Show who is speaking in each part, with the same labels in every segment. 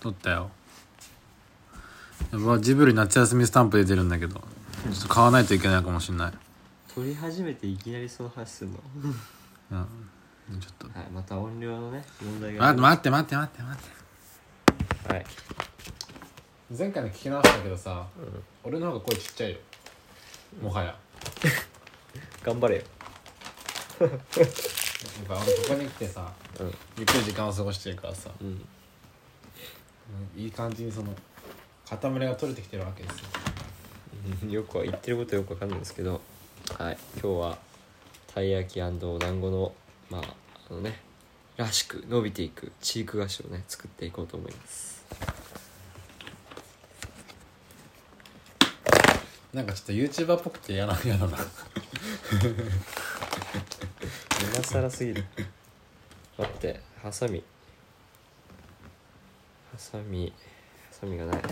Speaker 1: 撮ったよやばジブリ夏休みスタンプ出てるんだけどちょっと買わないといけないかもしんない、
Speaker 2: 撮り始めていきなりその話すんの
Speaker 1: うん、ちょっと
Speaker 2: はいまた音量のね問題が
Speaker 1: 待って待って待って待って待って
Speaker 2: はい
Speaker 1: 前回の聞き直したけどさ、俺の方が声ちっちゃいよもはや
Speaker 2: 頑張れよ
Speaker 1: やっぱ俺ここに来てさ、
Speaker 2: うん
Speaker 1: ゆっくり時間を過ごしてるからさ、
Speaker 2: うん
Speaker 1: いい感じにその片胸が取れてきてるわけですよ
Speaker 2: うん よくは言ってることよくわかんないんですけどはい今日はたい焼きお団子のまああのねらしく伸びていくチーク菓子をね作っていこうと思います
Speaker 1: なんかちょっと YouTuber っぽくて嫌な嫌だな
Speaker 2: 今更すぎる待ってハサミハサミハサミがない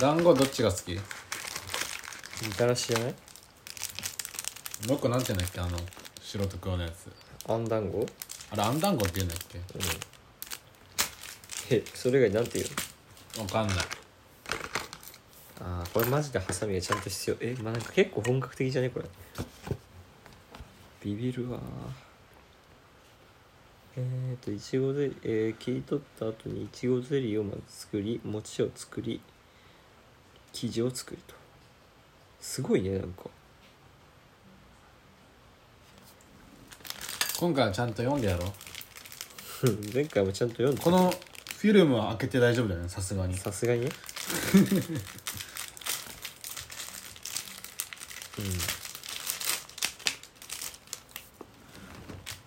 Speaker 1: 団子どっちが好き
Speaker 2: みたらしじゃない
Speaker 1: 僕なんて言うんだっけあの白と黒のやつ
Speaker 2: あん団子うん
Speaker 1: あれあん団子って言うんだっけ
Speaker 2: えそれ以外なんて言うの
Speaker 1: わかんない
Speaker 2: ああこれマジでハサミがちゃんと必要えまあなんか結構本格的じゃねこれビビるわえー、といちごゼリー、えー切り取った後にいちごゼリーをまず作り餅を作り生地を作るとすごいねなんか
Speaker 1: 今回はちゃんと読んでやろう
Speaker 2: うん前回もちゃんと読ん
Speaker 1: こ
Speaker 2: で
Speaker 1: のフィルムは開けて大丈夫だよねさすがに
Speaker 2: さす がにねうん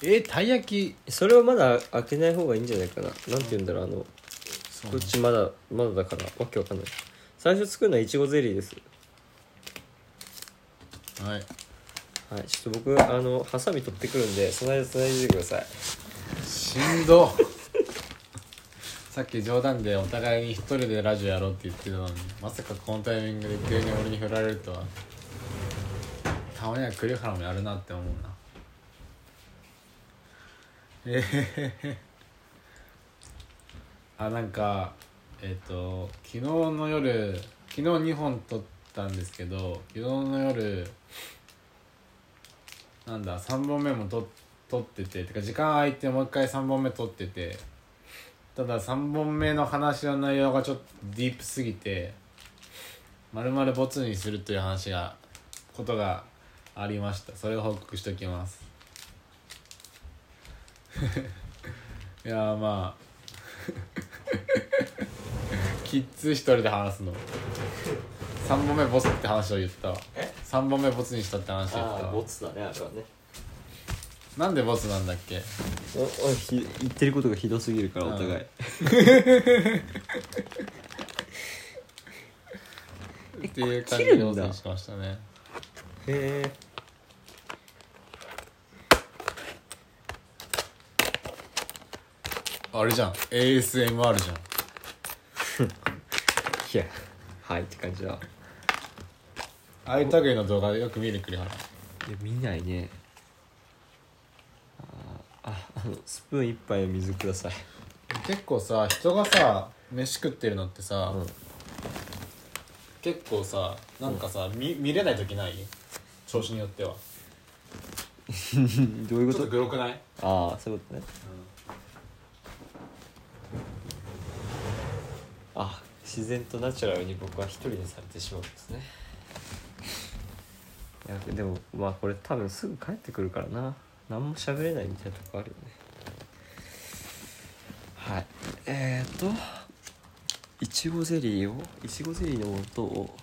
Speaker 1: えー、たい焼き
Speaker 2: それはまだ開けない方がいいんじゃないかななんて言うんだろうあの
Speaker 1: そう
Speaker 2: こっちまだまだだからわけわかんない最初作るのはいちごゼリーです
Speaker 1: はい
Speaker 2: はいちょっと僕あのハサミ取ってくるんでその間つないでてください
Speaker 1: しんどさっき冗談でお互いに一人でラジオやろうって言ってたのにまさかこのタイミングで急に俺に振られるとはたまには栗原もやるなって思うなえへへへあなんかえっ、と昨日の夜昨日2本撮ったんですけど昨日の夜なんだ3本目も撮撮ってててか時間空いてもう一回3本目撮っててただ3本目の話の内容がちょっとディープすぎてまるまるボツにするという話がことがありましたそれを報告しておきます いやーまあ キッズ一人で話すの3本目ボツって話を言ったわ
Speaker 2: え
Speaker 1: 3本目ボツにしたって話を言ったわ
Speaker 2: ツだねあれはね
Speaker 1: なんでボツなんだっけ
Speaker 2: おおひ言ってることがひどすぎるからお互い、
Speaker 1: うんっていう感じでボツにしましたね
Speaker 2: へえ
Speaker 1: あれじゃん ASMR じゃん
Speaker 2: いやはいって感じだ
Speaker 1: ああいう類の動画よく見る栗原
Speaker 2: いや見ないねあーああのスプーン一杯の水ください
Speaker 1: 結構さ人がさ飯食ってるのってさ、
Speaker 2: うん
Speaker 1: 結構さなんかさ、見見れない時ない調子によっては
Speaker 2: ど
Speaker 1: ちょ
Speaker 2: ういう
Speaker 1: っ
Speaker 2: こと
Speaker 1: グロくない
Speaker 2: とああそういうことねあ自然とナチュラルに僕は一人でされてしまうんですねいやでもまあこれ多分すぐ帰ってくるからな何も喋れないみたいなとこあるよねはいえー、っといちごゼリーをいちごゼリーの音 を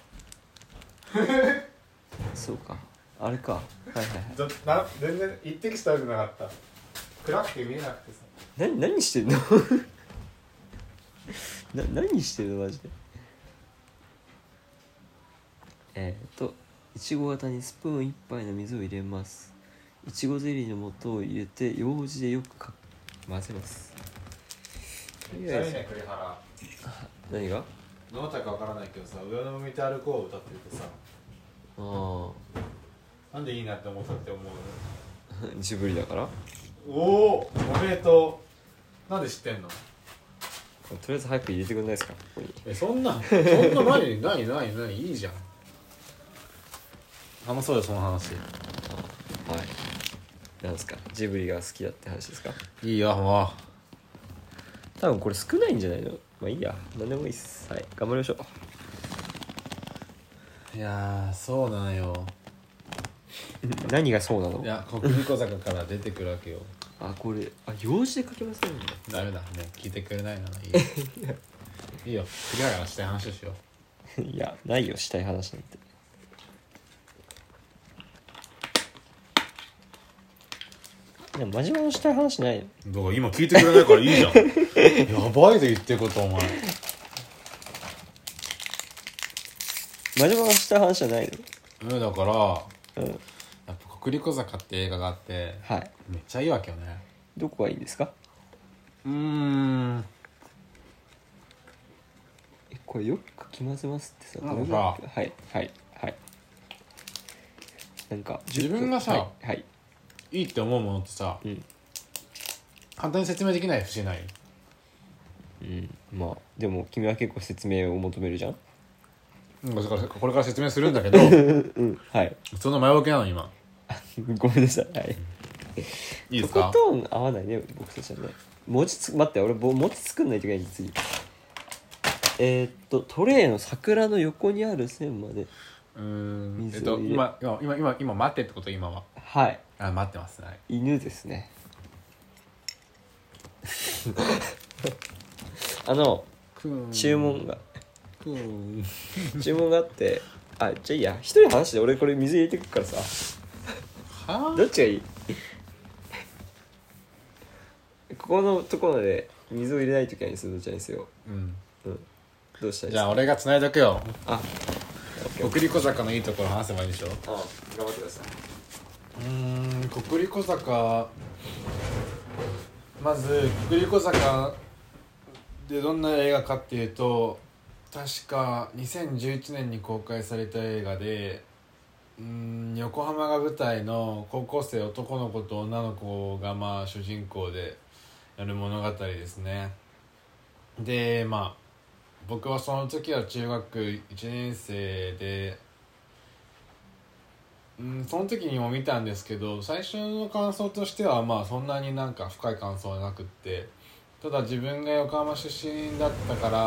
Speaker 2: そうかあれかはいはいはい
Speaker 1: ちょな全然一滴しか食べなかった暗くて見えなくてさ
Speaker 2: な何してんの な何してんのマジでえー、っといちご型にスプーン1杯の水を入れますいちごゼリーの素を入れてようじでよくか混ぜます
Speaker 1: めっちゃいいね栗原
Speaker 2: 何があ
Speaker 1: どなたかわからないけどさ上の向いて歩こうを歌っててさ
Speaker 2: あ
Speaker 1: あなんでいいなって思ったって思
Speaker 2: ジブリだから
Speaker 1: うおおおめでとうなんで知ってんの
Speaker 2: とりあえず早く入れてくんないですかここに
Speaker 1: えそんなそんな何何何何いいじゃん話そうよその話
Speaker 2: はいなんですかジブリが好きだって話ですか
Speaker 1: いいよも
Speaker 2: 多分これ少ないんじゃないのまあいいや何でもいいっすはい頑張りましょう
Speaker 1: ういやーそうなんよ
Speaker 2: 何がそうないの
Speaker 1: や国立小坂から出てくるわけよ
Speaker 2: あこれあ用紙で書きませんね
Speaker 1: ダメだね聞いてくれないならいいよ いいよ次だからしたい話をしよ
Speaker 2: いやないよしたい話なんてでも真島のしたい話ないよ
Speaker 1: うだから今聞いてくれないからいいじゃん やばいで言ってることお前
Speaker 2: 真島のしたい話じゃない
Speaker 1: うんだからや
Speaker 2: のう
Speaker 1: っ
Speaker 2: ん
Speaker 1: ぱ国立小坂って映画があって
Speaker 2: はい
Speaker 1: めっちゃいいわけよね
Speaker 2: どこがいいですか
Speaker 1: うーん
Speaker 2: えこれよくかき混ぜますってさ
Speaker 1: なんか
Speaker 2: どうやってはいはいはいなんか
Speaker 1: 自分がさ
Speaker 2: はい、はい
Speaker 1: いいって思うものってさ
Speaker 2: うん
Speaker 1: 簡単に説明できない節ない
Speaker 2: うんまあでも君は結構説明を求めるじゃん
Speaker 1: うんだからこれから説明するんだけど
Speaker 2: うんはい
Speaker 1: その前置きなの今
Speaker 2: ごめんなさいはい
Speaker 1: いいです
Speaker 2: と
Speaker 1: か
Speaker 2: ことん合わないね僕たちはね文字つ待って俺ぼ文字作んないといけない次えーっとトレイの桜の横にある線まで
Speaker 1: うーんえっ
Speaker 2: 水を
Speaker 1: と
Speaker 2: 入れ
Speaker 1: 今今今今今待ってってこと今は
Speaker 2: はい
Speaker 1: あ待ってますはい
Speaker 2: 犬ですね あの注文が
Speaker 1: くーん
Speaker 2: 注文があってあじゃあいいや一人話して俺これ水入れてくからさ
Speaker 1: は
Speaker 2: どっちがいいここのところで水を入れないといけないんですよどちらにせよ、
Speaker 1: うん
Speaker 2: うん、どうしたらいいですか
Speaker 1: じゃあ俺が繋いどくよ
Speaker 2: あ
Speaker 1: 国立小坂のいいところ話せばいいでしょう
Speaker 2: あ頑張ってください
Speaker 1: ーん国立小坂まず国立小坂でどんな映画かっていうと確か2011年に公開された映画でうーん横浜が舞台の高校生男の子と女の子がまあ主人公でやる物語ですねでまあ僕はその時は中学1年生でうん、その時にも見たんですけど最初の感想としてはまあそんなになんか深い感想はなくってただ自分が横浜出身だったから、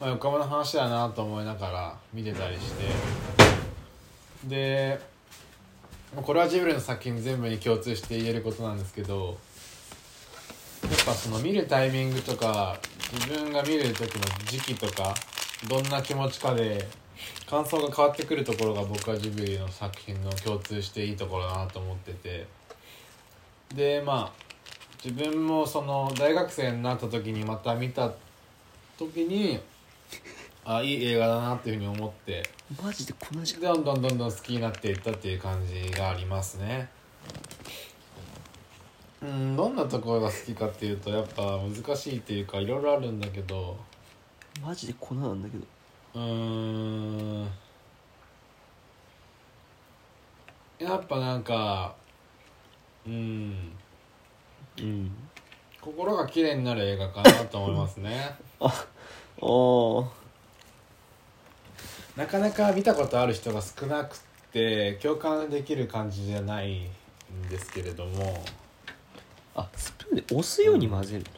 Speaker 1: まあ、横浜の話だなと思いながら見てたりしてでこれはジブリの作品全部に共通して言えることなんですけどやっぱその見るタイミングとか自分が見る時の時期とかどんな気持ちかで感想が変わってくるところが僕はジブリの作品の共通していいところだなと思っててでまあ自分もその大学生になった時にまた見た時にあいい映画だなっていうふうに思って
Speaker 2: マジで粉じゃん
Speaker 1: どんどんどんどん好きになっていったっていう感じがありますねうんどんなところが好きかっていうとやっぱ難しいっていうかいろいろあるんだけど
Speaker 2: マジで粉なんだけど
Speaker 1: うーんやっぱなんかうん
Speaker 2: うん
Speaker 1: 心が綺麗になる映画かなと思いますね
Speaker 2: あー
Speaker 1: なかなか見たことある人が少なくて共感できる感じじゃないんですけれども
Speaker 2: あスプーンで押すように混ぜるの、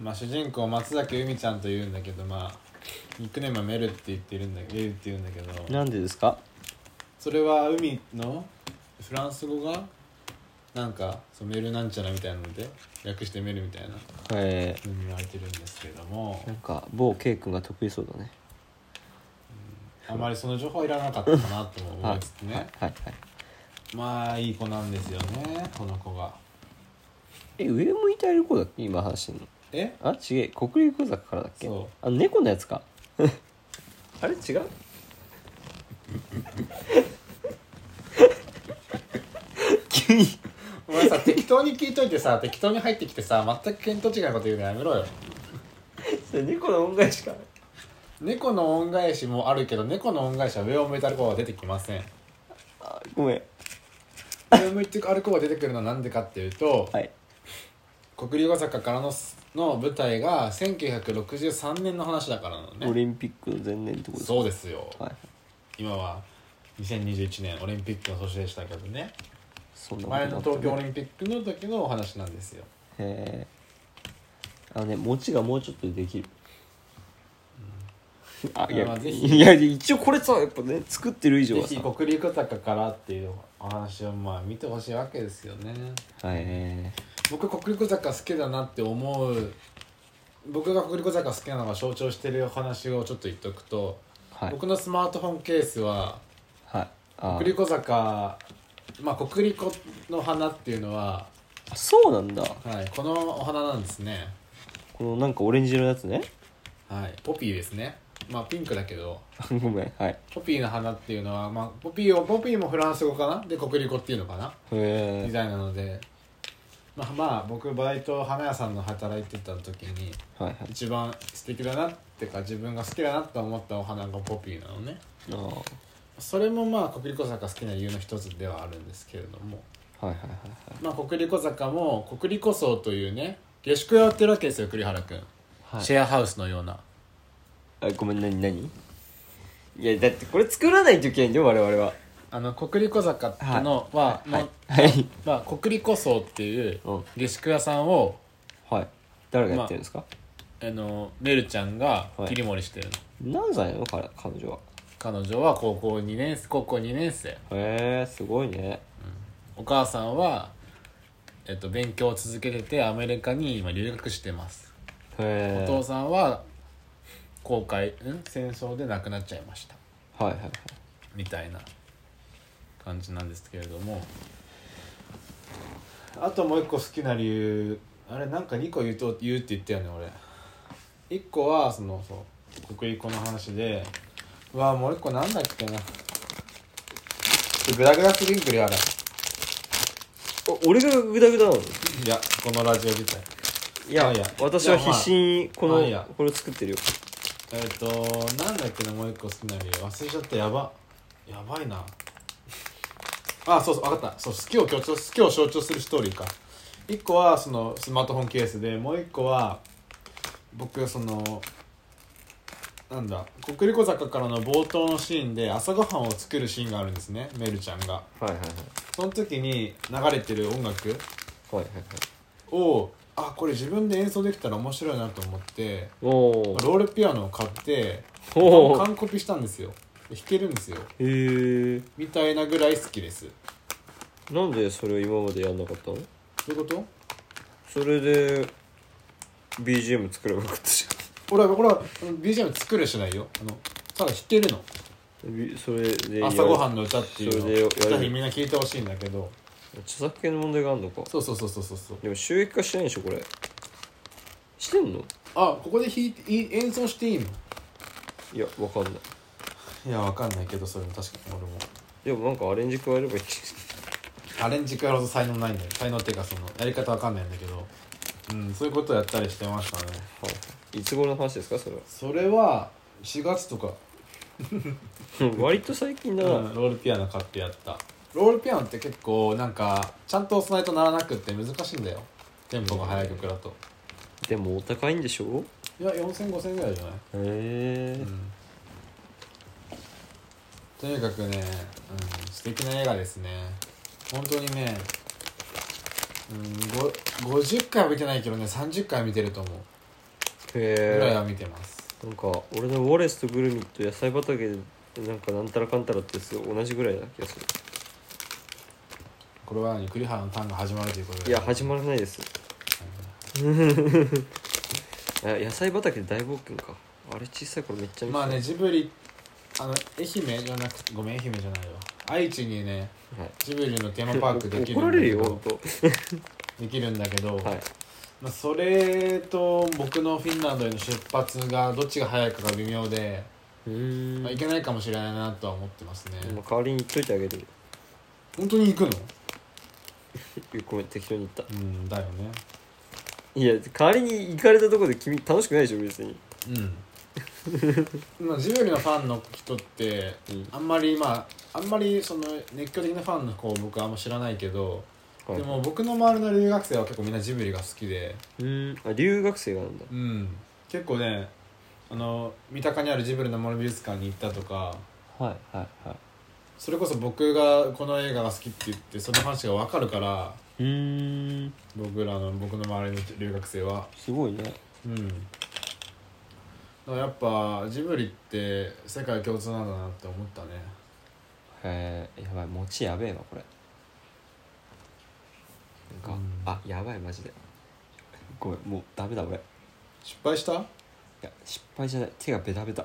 Speaker 1: まあ主人公松崎由美ちゃんというんだけどまあニックネームはメルって言ってるんだけどって言うんだけ
Speaker 2: はい
Speaker 1: ど
Speaker 2: なんでですか
Speaker 1: それは海のフランス語がなんかそうメルなんちゃらみたいなので略してメルみたいな
Speaker 2: え
Speaker 1: 風に言われてるんですけれども
Speaker 2: ー、なんか某 K 君が得意そうだね
Speaker 1: あまりその情報はいらなかったかなとも思いつつね
Speaker 2: はいはい
Speaker 1: まあいい子なんですよねこの子が
Speaker 2: え上向いて歩こうだっけ今話してんの
Speaker 1: え
Speaker 2: あ違え国立小坂からだっけ
Speaker 1: そう
Speaker 2: あの猫のやつか あれ 違う急に
Speaker 1: お前さ適当に聞いといてさ適当に入ってきてさ全く見当違いなこと言うのやめろよ
Speaker 2: それ猫の恩返しか
Speaker 1: 猫の恩返しもあるけど猫の恩返しは上を向いたる子は出てきません
Speaker 2: あごめん
Speaker 1: 上向いて歩こうが出てくるのはなんでかっていうと、
Speaker 2: はい
Speaker 1: 国立大阪からのの舞台が1963年の話だからなの
Speaker 2: オ
Speaker 1: ね
Speaker 2: リンピックの前年ってことです
Speaker 1: そうですよ
Speaker 2: はい
Speaker 1: 今は2021年オリンピックの年でしたけどね
Speaker 2: そんなこと
Speaker 1: 前の東京オリ
Speaker 2: ンピッ
Speaker 1: ンピックの時のお話なんですよ
Speaker 2: クへえあのね餅がもうちょっとでできるあいや
Speaker 1: まあぜひ
Speaker 2: いや一応これさやっぱね作ってる以上
Speaker 1: ぜ
Speaker 2: はさ
Speaker 1: ひ国立大阪からっていうお話をまあ見てほしいわけですよね
Speaker 2: はいえ
Speaker 1: 僕国立大阪好きだなって思う僕が国立大阪好きなのが象徴してるお話をちょっと言っとくと、
Speaker 2: ーはい
Speaker 1: 僕のスマートフォンケースは
Speaker 2: はいあ
Speaker 1: 国立小坂まあ国立小の花っていうのは、
Speaker 2: あそうなんだ
Speaker 1: はい、このお花なんですね
Speaker 2: このなんかオレンジ色のやつね
Speaker 1: はいポピーですねまあピンクだけど
Speaker 2: ごめんはいへ
Speaker 1: ポピーの花っていうのは、まあ、ポピーをポピーもフランス語かなで国立小っていうのかなみ
Speaker 2: え
Speaker 1: たいなのでまあまあ僕バイト花屋さんの働いてた時に
Speaker 2: はいはい
Speaker 1: 一番素敵だなってか自分が好きだなと思ったお花がポピーなのね
Speaker 2: あー
Speaker 1: それもまあ国立小坂好きな理由の一つではあるんですけれども
Speaker 2: はいはいはい
Speaker 1: まあ、国立小坂も国立小僧というね下宿屋をやってるわけですよ栗原くん、
Speaker 2: はい
Speaker 1: シェアハウスのような
Speaker 2: あごめん何何いやだってこれ作らないといけないんだよ我々は
Speaker 1: あの国立小坂ってのは、まあ
Speaker 2: はい
Speaker 1: まあ、国立小僧っていう
Speaker 2: うん
Speaker 1: 下宿屋さんを
Speaker 2: はい誰がやってるんですか、
Speaker 1: あのメルちゃんが切り盛りしてるの、
Speaker 2: 何歳なの彼彼女は
Speaker 1: 彼女は高校2年高校2年生
Speaker 2: へえすごいね
Speaker 1: お母さんは、えっと、勉強を続けててアメリカに今留学してますお
Speaker 2: へえ
Speaker 1: 父さんは後悔ん戦争で亡くなっちゃいました
Speaker 2: はいはいはい
Speaker 1: みたいな感じなんですけれどもあともう一個好きな理由あれなんか2個言うと言うって言ったよね俺1個はそのそう国立の話でうわもう1個なんだっけなグダグダすぎんくりある
Speaker 2: お俺がグダグダなの
Speaker 1: いやこのラジオ自体
Speaker 2: いや
Speaker 1: いやいや
Speaker 2: 私は必死にこの、
Speaker 1: いやまあまあいや
Speaker 2: これを作ってるよ
Speaker 1: えっ、となんだっけなもう1個好きな理由忘れちゃったやばやばいなあそうそう分かったそう好きを強調好きを象徴するストーリーか1個はそのスマートフォンケースでもう1個は僕そのなんだ国立小坂からの冒頭のシーンで朝ごはんを作るシーンがあるんですねメルちゃんが
Speaker 2: はいはいはい
Speaker 1: その時に流れてる音楽
Speaker 2: はいはいはい
Speaker 1: をあこれ自分で演奏できたら面白いなと思って
Speaker 2: おお
Speaker 1: ロールピアノを買って
Speaker 2: おお
Speaker 1: 完コピしたんですよで弾けるんですよ
Speaker 2: へえ
Speaker 1: みたいなぐらい好きです
Speaker 2: なんでそれを今までやんなかったの
Speaker 1: どういうこと
Speaker 2: それで BGM 作ればよかったじ
Speaker 1: 俺は俺はあの BGM 作るしないよあのただ弾けるの
Speaker 2: ゃんびそれでやる
Speaker 1: 朝ごはんの歌っていう
Speaker 2: それで
Speaker 1: のを
Speaker 2: やる
Speaker 1: ぜひみんな聞いてほしいんだけど
Speaker 2: 著作権の問題があるのか
Speaker 1: そうそうそうそうそうそう
Speaker 2: でも収益化してないでしょこれしてんの
Speaker 1: あここで弾いていい演奏していいの
Speaker 2: いやわかんない
Speaker 1: いやわかんないけどそれも確かに俺も
Speaker 2: でもなんかアレンジ加えればい い
Speaker 1: アレンジやるほど才能ないんだよ才能っていうかそのやり方わかんないんだけどうんそういうことをやったりしてましたね
Speaker 2: はいいつ頃の話ですかそれは
Speaker 1: それは4月とか
Speaker 2: 割と最近だな、
Speaker 1: うんロールピアノ買ってやったロールピアノって結構なんかちゃんと押さないとならなくって難しいんだよテンポが速い曲だと
Speaker 2: でもお高いんでしょ
Speaker 1: いや40005000ぐらいじゃない、
Speaker 2: へえ
Speaker 1: うんとにかくね、うん、素敵な映画ですね本当にね、うん、ご50回は見てないけどね30回は見てると思うぐらい
Speaker 2: へ
Speaker 1: は見てます、
Speaker 2: えんか俺のウォレスとグルミと野菜畑でなんかなんたらかんたらってやつ同じぐらいな気がする
Speaker 1: これは何栗原のターンが始まるということで
Speaker 2: いや始まらないです あ野菜畑で大冒険かあれ小さい頃めっちゃ見てた
Speaker 1: まあねジブリあの愛媛じゃなくてごめん愛媛じゃないわ愛知にね
Speaker 2: はい
Speaker 1: ジブリのテーマパークできるんだけど
Speaker 2: 怒られるよ本当
Speaker 1: できるんだけど、
Speaker 2: はい
Speaker 1: まあ、それと僕のフィンランドへの出発がどっちが早いかが微妙で、
Speaker 2: うーん
Speaker 1: まあ、いけないかもしれないなとは思ってますね、
Speaker 2: もう代わりに言っといてあげる
Speaker 1: 本当に行くの
Speaker 2: ごめん適当に言っ
Speaker 1: うんだよね
Speaker 2: たいや代わりに行かれたとこで君楽しくないでしょ別に
Speaker 1: うんまあジブリのファンの人って
Speaker 2: うん
Speaker 1: あんまりまああんまりその熱狂的なファンの子を僕はあんま知らないけど
Speaker 2: はい
Speaker 1: でも僕の周りの留学生は結構みんなジブリが好きで
Speaker 2: うんあ留学生がなんだ
Speaker 1: うん結構ねあの三鷹にあるジブリの森美術館に行ったとか
Speaker 2: はいはいは
Speaker 1: それこそ僕がこの映画が好きって言ってその話が分かるから
Speaker 2: いうーん
Speaker 1: 僕らの僕の周りの留学生は
Speaker 2: すごいね
Speaker 1: うんだからやっぱジブリって世界共通なんだなって思ったね
Speaker 2: へえやばい餅やべえわこれなんか、
Speaker 1: うん
Speaker 2: あやばいマジでごめんもうダメだ俺い
Speaker 1: 失敗したい
Speaker 2: や失敗じゃない手がベタベタ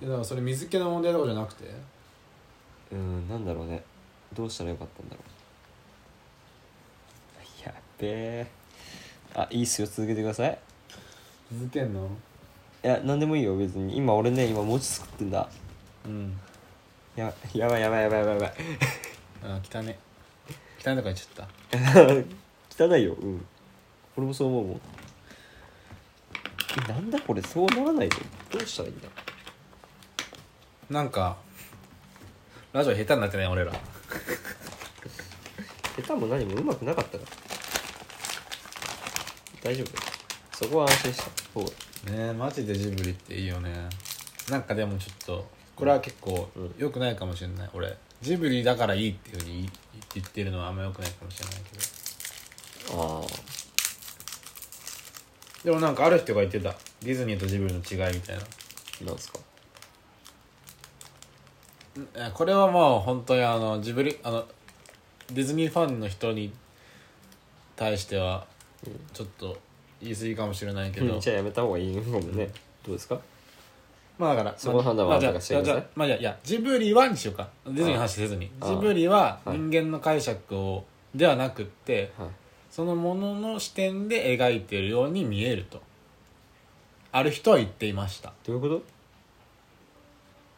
Speaker 1: やだからそれ水気の問題とかじゃなくて
Speaker 2: うんなんだろうねどうしたらよかったんだろうやっべえあいいっすよ続けてください
Speaker 1: 続けんの
Speaker 2: いや何でもいいよ別に今俺ね今餅作ってんだ
Speaker 1: うん
Speaker 2: ややばいやばいやばいやばいやばい
Speaker 1: あ汚ね汚いとか言っちゃっ
Speaker 2: 汚いようん俺もそう思うもんえなんだこれそうならないぞどうしたらいいんだ
Speaker 1: たなんかラジオ下手になってない俺ら
Speaker 2: 下手も何もうまくなかったから大丈夫そこは安心した方がいい
Speaker 1: ねえマジでジブリっていいよねなんかでもちょっとこれは結構
Speaker 2: うん
Speaker 1: 良くないかもしれない俺ジブリだからいいっていうふうに言ってるのはあんま良くないかもしれないけど
Speaker 2: あ
Speaker 1: でもなんかある人が言ってたディズニーとジブリの違いみたい
Speaker 2: あなんすか
Speaker 1: なえこれはもう本当にあのジブリあのディズニーファンの人に対してはちょっと言い過ぎかもしれないけど、
Speaker 2: うんじゃあやめた方がいいのかもねどうですか
Speaker 1: まあだから
Speaker 2: そこの判断は
Speaker 1: まあじゃあ
Speaker 2: 私
Speaker 1: じゃ
Speaker 2: が
Speaker 1: あじ
Speaker 2: してく
Speaker 1: ゃ
Speaker 2: だ
Speaker 1: あ
Speaker 2: さい
Speaker 1: まあいやいやジブリはにしようかディズニーの話せずに
Speaker 2: ああ
Speaker 1: ジブリは
Speaker 2: はい
Speaker 1: 人間の解釈をではなくって
Speaker 2: はい
Speaker 1: そのものの視点で描いているように見えるとある人は言っていました
Speaker 2: どういうこと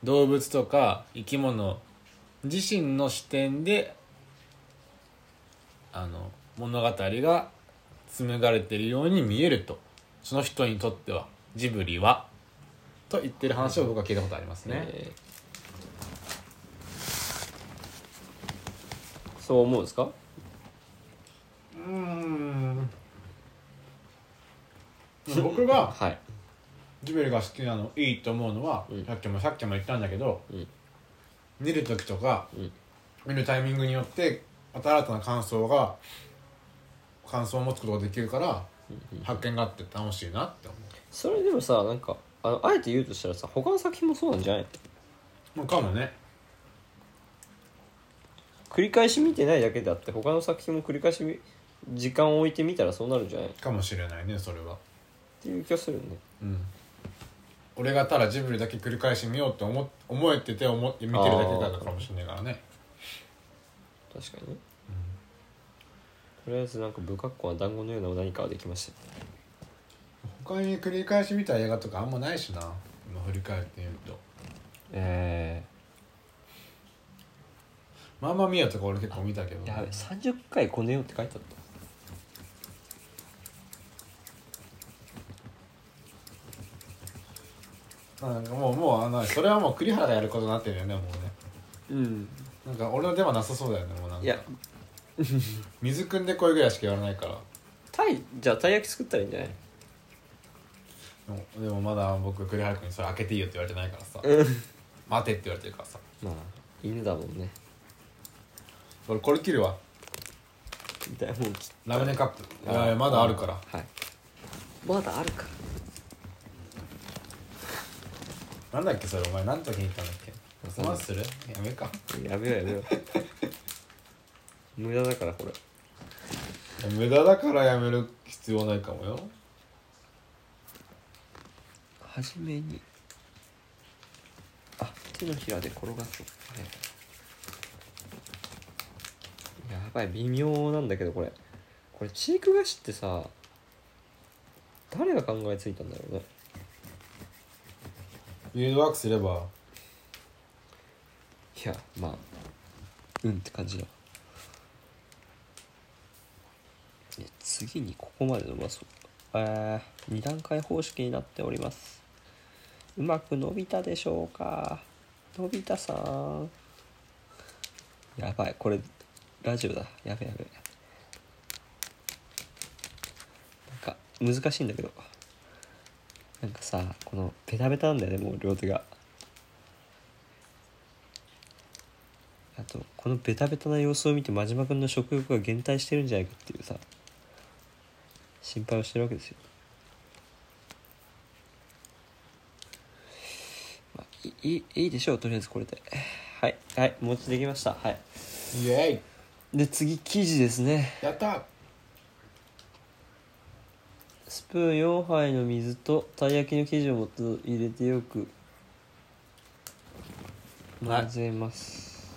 Speaker 1: 動物とか生き物自身の視点であの物語が紡がれているように見えるとその人にとってはジブリはと言ってる話を僕は聞いたことありますね、
Speaker 2: えーそう思うんですか
Speaker 1: うーん僕が
Speaker 2: はい
Speaker 1: ジブリが好きなのいいと思うのは、
Speaker 2: うん
Speaker 1: さっきもさっきも言ったんだけど、
Speaker 2: うん
Speaker 1: 見る時とか、
Speaker 2: うん
Speaker 1: 見るタイミングによってまた新たな感想が感想を持つことができるから、発見があって楽しいなって思、
Speaker 2: それでもさなんかあのあえて言うとしたらさ他の作品もそうなんじゃないう
Speaker 1: まあ、かもね
Speaker 2: 繰り返し見てないだけであって他の作品も繰り返し見時間を置いてみたらそうなるんじゃないっ
Speaker 1: かもしれないねそれは
Speaker 2: ていう気がするよね
Speaker 1: うん俺がただジブリだけ繰り返し見ようって思思えてて思って見てるだけだったかもしれないからね
Speaker 2: 確かにね、とりあえずなんか不格好な団子のような何かはできましたよ
Speaker 1: 他に繰り返し見た映画とかあんまないしな今振り返ってみると
Speaker 2: え
Speaker 1: まあまあ見よとか俺結構見たけど
Speaker 2: ー、やべ30回こねようって書いてあった
Speaker 1: なんかもうもうあのそれはもう栗原がやることになってるよねもうね
Speaker 2: うん
Speaker 1: なんか俺の出はなさそうだよねもうなんか
Speaker 2: いや
Speaker 1: 水汲んでこいぐらいしか言われないから
Speaker 2: タイじゃあたい焼き作ったらいいんじゃない
Speaker 1: でもでもまだ僕栗原君にそれ開けていいよって言われてないからさ待てって言われてるからさ
Speaker 2: まあ犬だもんね
Speaker 1: 俺これ切るわ
Speaker 2: だもうき
Speaker 1: ラムネカップいやいやまだあるから
Speaker 2: はいまだあるから
Speaker 1: なんだっけそれお前何の時に言ったんだっけその話するやめか
Speaker 2: やめようやめよう無駄だからこれ
Speaker 1: いや無駄だからやめる必要ないかもよ
Speaker 2: 初めにあ手のひらで転がすやばい微妙なんだけどこれこれチーク菓子ってさ誰が考えついたんだろうね
Speaker 1: 誘惑すれば
Speaker 2: いやまあうんって感じだえ次にここまで伸ばそうえー、2段階方式になっておりますうまく伸びたでしょうか伸びたさんやばいこれラジオだやべやべなんか難しいんだけどなんかさこのベタベタなんだよねもう両手があとこのベタベタな様子を見て真島君の食欲が減退してるんじゃないかっていうさ心配をしてるわけですよ、まあ、いいいいでしょうとりあえずこれではいはい持ちできましたはい
Speaker 1: イエイ
Speaker 2: で次生地ですね
Speaker 1: やった
Speaker 2: スプーン4杯の水とたい焼きの生地をもっと入れてよく
Speaker 1: はい
Speaker 2: 混ぜます、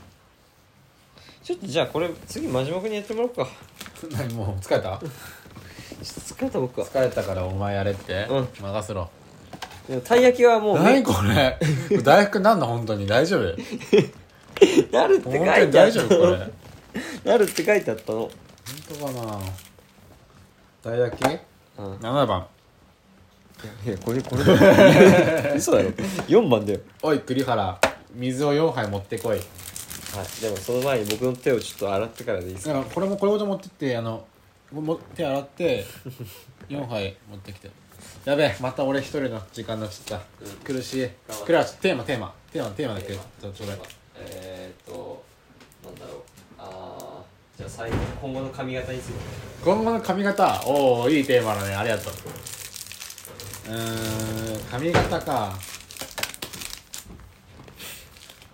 Speaker 2: ちょっとじゃあこれ次真島君にやってもらおうか
Speaker 1: 何もう疲れた
Speaker 2: ちょっと疲れた僕は
Speaker 1: 疲れたからお前やれって、
Speaker 2: うん
Speaker 1: 任せろ
Speaker 2: でもたい焼きはもう
Speaker 1: 何これ大福なんだ本当に大丈夫
Speaker 2: なるっ
Speaker 1: 本当
Speaker 2: て書い
Speaker 1: に
Speaker 2: てあった
Speaker 1: 大丈夫これ本
Speaker 2: なるって書いてあったの
Speaker 1: 当かなたい焼き
Speaker 2: うん
Speaker 1: 7番
Speaker 2: いやこれこれだよ 嘘だよ4番だよ
Speaker 1: おい栗原水を4杯持ってこい
Speaker 2: はいでもその前に僕の手をちょっと洗ってからでいいですか
Speaker 1: だからこれもこれごと持ってってあのも手洗って4杯持ってきてやべえまた俺一人の時間になっちゃった、苦しい
Speaker 2: 張って
Speaker 1: 栗原ちょっとテーマテーマテーマテーマだけ
Speaker 2: テ
Speaker 1: ち
Speaker 2: ー
Speaker 1: ょ
Speaker 2: マ
Speaker 1: ちょうだい
Speaker 2: えーっとなんだろうあーじゃあ最後今後の髪型について
Speaker 1: 今後の髪型おおいいテーマだねありがとううーん髪型か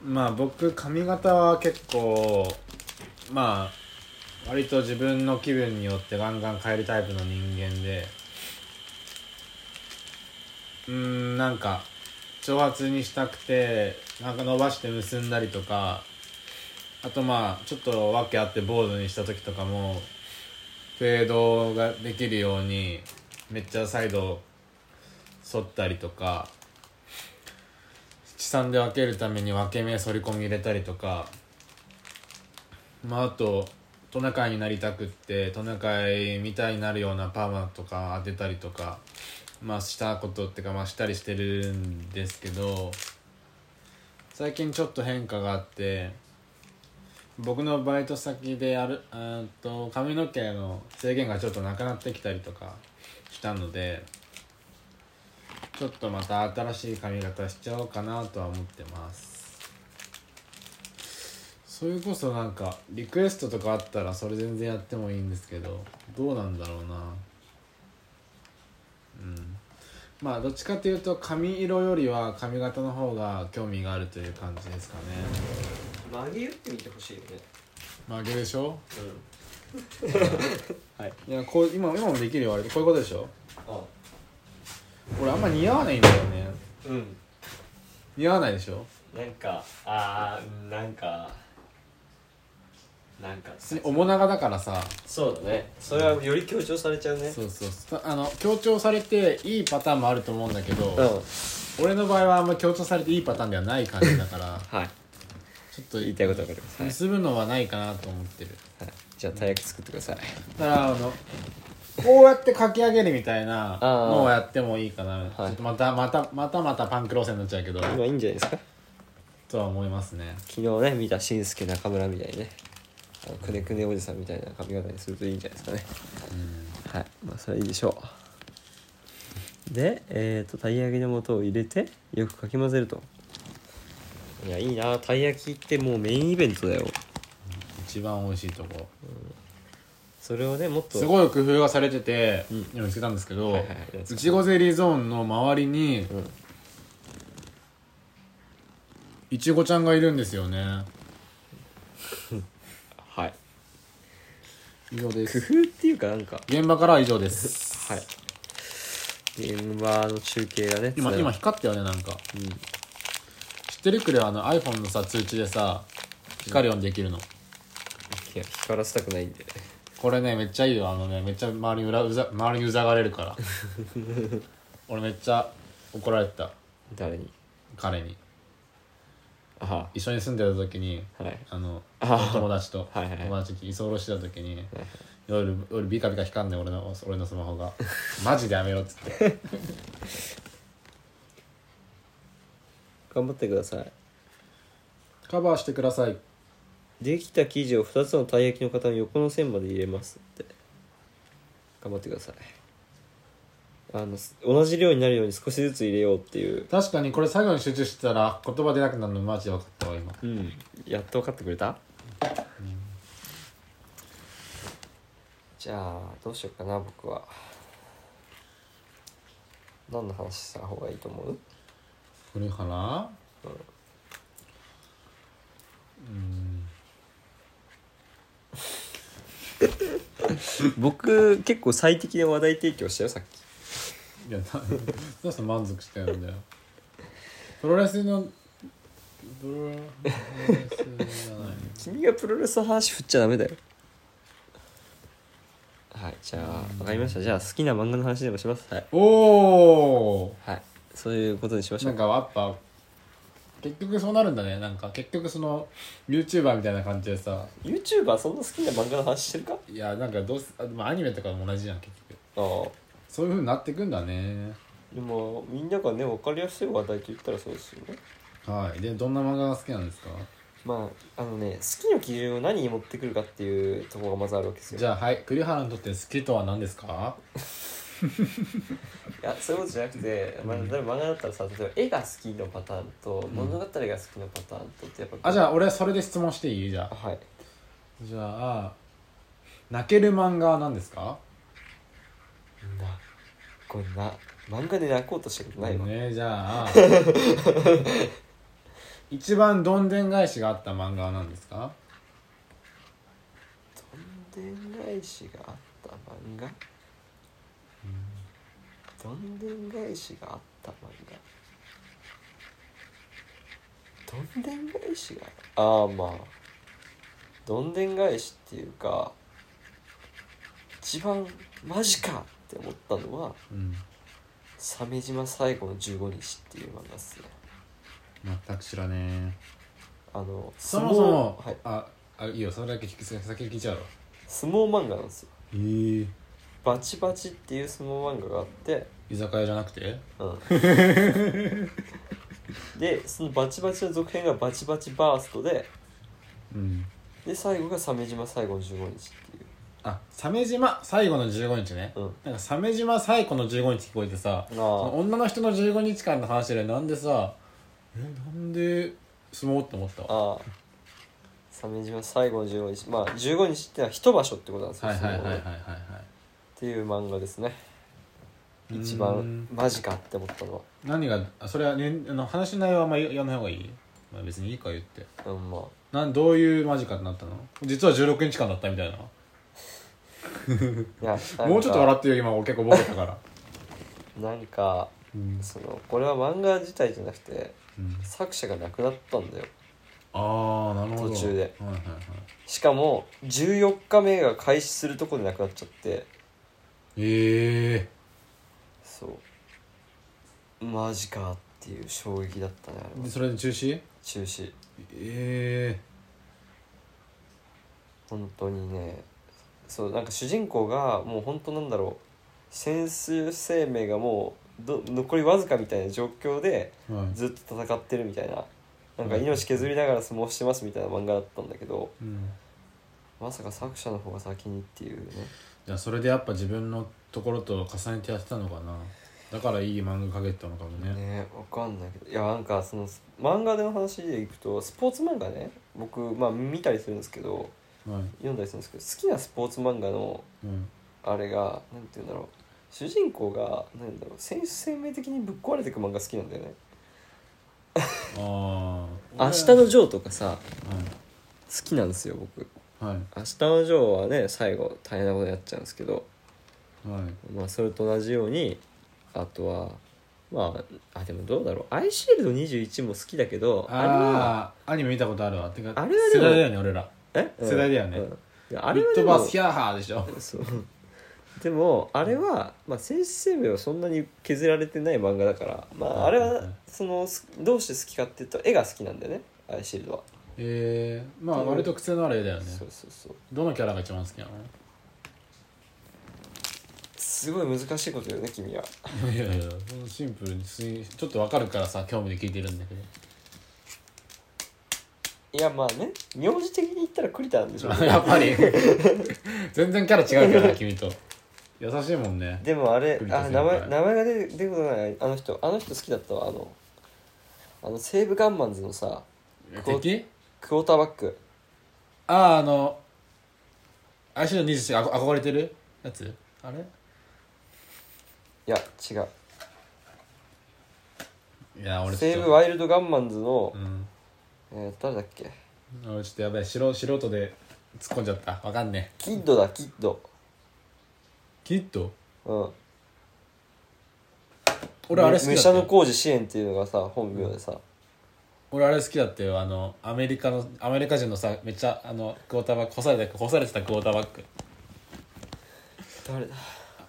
Speaker 1: まあ僕髪型は結構まあ割と自分の気分によってガンガン変えるタイプの人間でうーんなんか長髪にしたくてなんか伸ばして結んだりとかあとまあちょっと訳あって坊主にした時とかもフェードができるようにめっちゃサイド剃ったりとか七三で分けるために分け目剃り込み入れたりとかまああとトナカイになりたくってトナカイみたいになるようなパーマとか当てたりとかまあしたことってかまあしたりしてるんですけど最近ちょっと変化があって僕のバイト先であるうーんと髪の毛の制限がちょっとなくなってきたりとかしたのでちょっとまた新しい髪型しちゃおうかなとは思ってますそれこそなんかリクエストとかあったらそれ全然やってもいいんですけどどうなんだろうなうんまあどっちかというと髪色よりは髪型の方が興味があるという感じですかね
Speaker 2: 曲げ打ってみてほしいよね
Speaker 1: 曲げでしょ
Speaker 2: うんはい
Speaker 1: いやこう今今もできるよ割とこういうことでしょ
Speaker 2: あ
Speaker 1: 俺あんま似合わないんだよね
Speaker 2: うん
Speaker 1: 似合わないでしょ
Speaker 2: なんかあーなんかなんか
Speaker 1: 普通に面長だからさ
Speaker 2: そうだねそれはより強調されちゃうね
Speaker 1: そうそうそうあの強調されていいパターンもあると思うんだけど、
Speaker 2: ん
Speaker 1: 俺の場合はあんま強調されていいパターンではない感じだから
Speaker 2: はい
Speaker 1: ちょっと
Speaker 2: 言いたいことわかりますはい、
Speaker 1: 結ぶのはないかなと思ってる
Speaker 2: はい、じゃあたい焼き作ってください
Speaker 1: だからあのこうやってかき上げるみたいな
Speaker 2: あー
Speaker 1: のをやってもいいかなちょ
Speaker 2: はい
Speaker 1: っとまたまたまたまたパンク路線になっちゃうけど
Speaker 2: 今いいんじゃないですか
Speaker 1: とは思いますね
Speaker 2: 昨日ね見たしんすけ中村みたいにねあのくねくねおじさんみたいな髪型にするといいんじゃないですかねはいまあそれはいいでしょうでえっ、とたい焼きの素を入れてよくかき混ぜるといやいいなたい焼きってもうメインイベントだよ
Speaker 1: 一番美味しいとこ
Speaker 2: それをねもっと
Speaker 1: す
Speaker 2: い
Speaker 1: ごい工夫がされてて、
Speaker 2: うん
Speaker 1: 今見つけたんですけど、
Speaker 2: はいはいはい
Speaker 1: いちごゼリーゾーンの周りに
Speaker 2: うん
Speaker 1: いちごちゃんがいるんですよね
Speaker 2: はい
Speaker 1: 以上で
Speaker 2: 工
Speaker 1: す
Speaker 2: 夫っていうかなんか
Speaker 1: 現場からは以上 です
Speaker 2: はい現場の中継がね
Speaker 1: 今
Speaker 2: つな
Speaker 1: 今光ったよねなんか
Speaker 2: う
Speaker 1: 知
Speaker 2: ん
Speaker 1: ってるくれあの iPhone のさ通知でさ光るようにできるの、
Speaker 2: いや光らせたくないんで
Speaker 1: これねめっちゃいいよあのねめっちゃ周りにうらうざ周りにうざがれる から俺めっちゃ怒られてた
Speaker 2: 誰に
Speaker 1: 彼に
Speaker 2: あ
Speaker 1: 一緒に住んでた時に
Speaker 2: あはい
Speaker 1: あの
Speaker 2: あ
Speaker 1: 友達と
Speaker 2: はいはいはい
Speaker 1: 友達に居候してた時に夜夜ビカビカ光んね俺の俺のスマホがマジでやめろっつって
Speaker 2: 頑張ってください
Speaker 1: カバーしてください
Speaker 2: できた生地を2つのたい焼きの型の横の線まで入れますって頑張ってくださいあのす同じ量になるように少しずつ入れようっていう
Speaker 1: 確かにこれ作業に集中してたら言葉出なくなるのマジで分かったわ今
Speaker 2: うんやっと分かってくれた、じゃあどうしようかな僕は何の話した方がいいと思う
Speaker 1: これかなうん
Speaker 2: 僕結構最適な話題提供したよさっき
Speaker 1: いやな どうして満足してるんだよプロレスのプロレスじゃない
Speaker 2: 君がプロレスの話振っちゃダメだよはいじゃあ分かりましたじゃあ好きな漫画の話でもしますはい、
Speaker 1: おお
Speaker 2: はい、そういうことにしましょ
Speaker 1: なん
Speaker 2: う
Speaker 1: かやっぱ結局そうなるんだねなんか結局その YouTuber みたいな感じでさ
Speaker 2: YouTuber そんな好きな漫画の話してるか
Speaker 1: いやなんかどうすあ、まあ、アニメとかも同じじゃん結局
Speaker 2: ああ
Speaker 1: そういうふうになってくんだね
Speaker 2: でもみんながね分かりやすい話題と言ったらそうですよね
Speaker 1: はいでどんな漫画が好きなんですか
Speaker 2: まああのね好きの基準を何に持ってくるかっていうところがまずあるわけですよ
Speaker 1: じゃあはい栗原にとって好きとは何ですか
Speaker 2: いやそういうことじゃなくて、まあ、例えば漫画だったらさ例えば絵が好きのパターンと、物語が好きのパターンとってやっぱ
Speaker 1: あじゃあ俺それで質問していいじゃ
Speaker 2: あ
Speaker 1: あ
Speaker 2: はい
Speaker 1: じゃあ泣ける漫画は何ですか
Speaker 2: なこれな漫画で泣こうとしたことないわ、
Speaker 1: ねじ ゃあ一番どんでん返しがあった漫画は何ですか
Speaker 2: どんでん返しがあった漫画、どんでん返しがあった漫画どんでん返しがああまあどんでん返しっていうか一番マジかって思ったのは
Speaker 1: うん
Speaker 2: 「鮫島最後の15日」っていう漫画っすね
Speaker 1: 全く知らねえ
Speaker 2: あの
Speaker 1: そもそも、
Speaker 2: 相撲はい、
Speaker 1: ああいいよそれだけ聞き先聞いちゃうわ
Speaker 2: 相撲漫画なんですよ
Speaker 1: ええ
Speaker 2: バチバチっていう相撲漫画があって、
Speaker 1: 居酒屋じゃなくて
Speaker 2: うん、でそのバチバチの続編がバチバチバーストで
Speaker 1: うん
Speaker 2: で最後が鮫島最後の15日っていう
Speaker 1: あ鮫島最後の15日ね、
Speaker 2: うん
Speaker 1: なんか鮫島最後の15日聞こえてさ
Speaker 2: あー
Speaker 1: その女の人の15日間の話でなんでさえなんで相撲って思った
Speaker 2: ああ鮫島最後の15日まあ15日ってのは一場所ってことなんですよ、
Speaker 1: はいはいはいはいはい
Speaker 2: 相撲のっ
Speaker 1: はい
Speaker 2: ていう漫画ですね
Speaker 1: うーん
Speaker 2: 一番マジかって思ったのは
Speaker 1: 何があそれは、ね、あの話の内容はあんまり言わない方がいい、まあ、別にいいか言って
Speaker 2: うんまあ
Speaker 1: なんどういうマジかになったの実は16日間だったみたいない
Speaker 2: や
Speaker 1: もうちょっと
Speaker 2: なんか
Speaker 1: 笑ってよ今俺結構ボケた から
Speaker 2: なんか
Speaker 1: うん、
Speaker 2: そのこれは漫画自体じゃなくて
Speaker 1: うん、
Speaker 2: 作者が亡くなったんだよ
Speaker 1: ああなるほど
Speaker 2: 途中で
Speaker 1: はいはいはい
Speaker 2: しかも14日目が開始するとこでなくなっちゃって
Speaker 1: ええ
Speaker 2: そうマジかっていう衝撃だったねあれ
Speaker 1: で
Speaker 2: は
Speaker 1: それで中止
Speaker 2: 中止
Speaker 1: え
Speaker 2: 本当にねそうなんか主人公がもう本当なんだろう潜水生命がもうど残りわずかみたいな状況で
Speaker 1: えはい
Speaker 2: ずっと戦ってるみたいななんか命削りながら相撲してますみたいな漫画だったんだけど
Speaker 1: うん、
Speaker 2: まさか作者の方が先にっていうね
Speaker 1: じゃあそれでやっぱ自分のところと重ねてやってたのかなだからいい漫画描けてたのかもね
Speaker 2: ねわかんないけどいやなんかその漫画での話でいくとスポーツ漫画ね僕まあ見たりするんですけど
Speaker 1: はい、
Speaker 2: 読んだりするんですけど好きなスポーツ漫画の
Speaker 1: うん、
Speaker 2: あれがなんて言うんだろう主人公がなんだろう選手生命的にぶっ壊れていく漫画好きなんだよね
Speaker 1: あ
Speaker 2: 「
Speaker 1: あ
Speaker 2: 明日のジョー」とかさ
Speaker 1: は
Speaker 2: 好きなんですよ僕
Speaker 1: い
Speaker 2: 「明日のジョー」はね最後大変なことやっちゃうんですけど、
Speaker 1: はいはい
Speaker 2: まあ、それと同じようにあとはまああでもどうだろう「アイシールド21」も好きだけどあれは
Speaker 1: ああアニメ見たことあるわてか
Speaker 2: あれはで
Speaker 1: 世
Speaker 2: も
Speaker 1: 代だよね俺ら
Speaker 2: えうん
Speaker 1: 世代だよね
Speaker 2: うんいや
Speaker 1: あ
Speaker 2: あれは
Speaker 1: ット
Speaker 2: でも
Speaker 1: バースヒャーハーでしょ
Speaker 2: そうでもあれは、まあ、選手生命はそんなに削られてない漫画だから、まあ、あれ
Speaker 1: はいはい
Speaker 2: は
Speaker 1: はい
Speaker 2: そのすどうして好きかっていうと絵が好きなんだよねアイシールドは、
Speaker 1: ええまあ割と癖のある絵だよね
Speaker 2: そうそうそう
Speaker 1: どのキャラが一番好 きな
Speaker 2: すごい難しいこと言うね君は
Speaker 1: のいやいやシンプルにすいちょっとわかるからさ興味で聞いてるんだけど
Speaker 2: いやまあね名字的に言ったら栗田なんでしょう ね
Speaker 1: やっぱり全然キャラ違うけどな君と優しいもんね
Speaker 2: でもあれ
Speaker 1: 栗田
Speaker 2: あ
Speaker 1: 先
Speaker 2: 名
Speaker 1: 輩
Speaker 2: 前名前が出て出てこないあの人あの人好きだったわあのあの西武ガンマンズのさこう
Speaker 1: 敵
Speaker 2: クォーターバック
Speaker 1: あああの相性の24あ憧れてるやつあれ
Speaker 2: いや違う
Speaker 1: いや俺
Speaker 2: 西
Speaker 1: ちょっ
Speaker 2: 武
Speaker 1: と
Speaker 2: ワイルドガンマンズの
Speaker 1: う、ん
Speaker 2: えー誰だっけ
Speaker 1: 俺ちょっとやばい素素人で突っ込んじゃったわかんねえ
Speaker 2: キッドだキッド
Speaker 1: キッド
Speaker 2: うん
Speaker 1: 俺あれ好きだ
Speaker 2: 武
Speaker 1: っ
Speaker 2: 者
Speaker 1: た
Speaker 2: の
Speaker 1: よ
Speaker 2: 工事支援っていうのがさ本名でさ、
Speaker 1: 俺あれ好きだったよあのアメリカのアメリカ人のさめっちゃあのクォーターバック干された干されてたクォーターバック
Speaker 2: 誰だ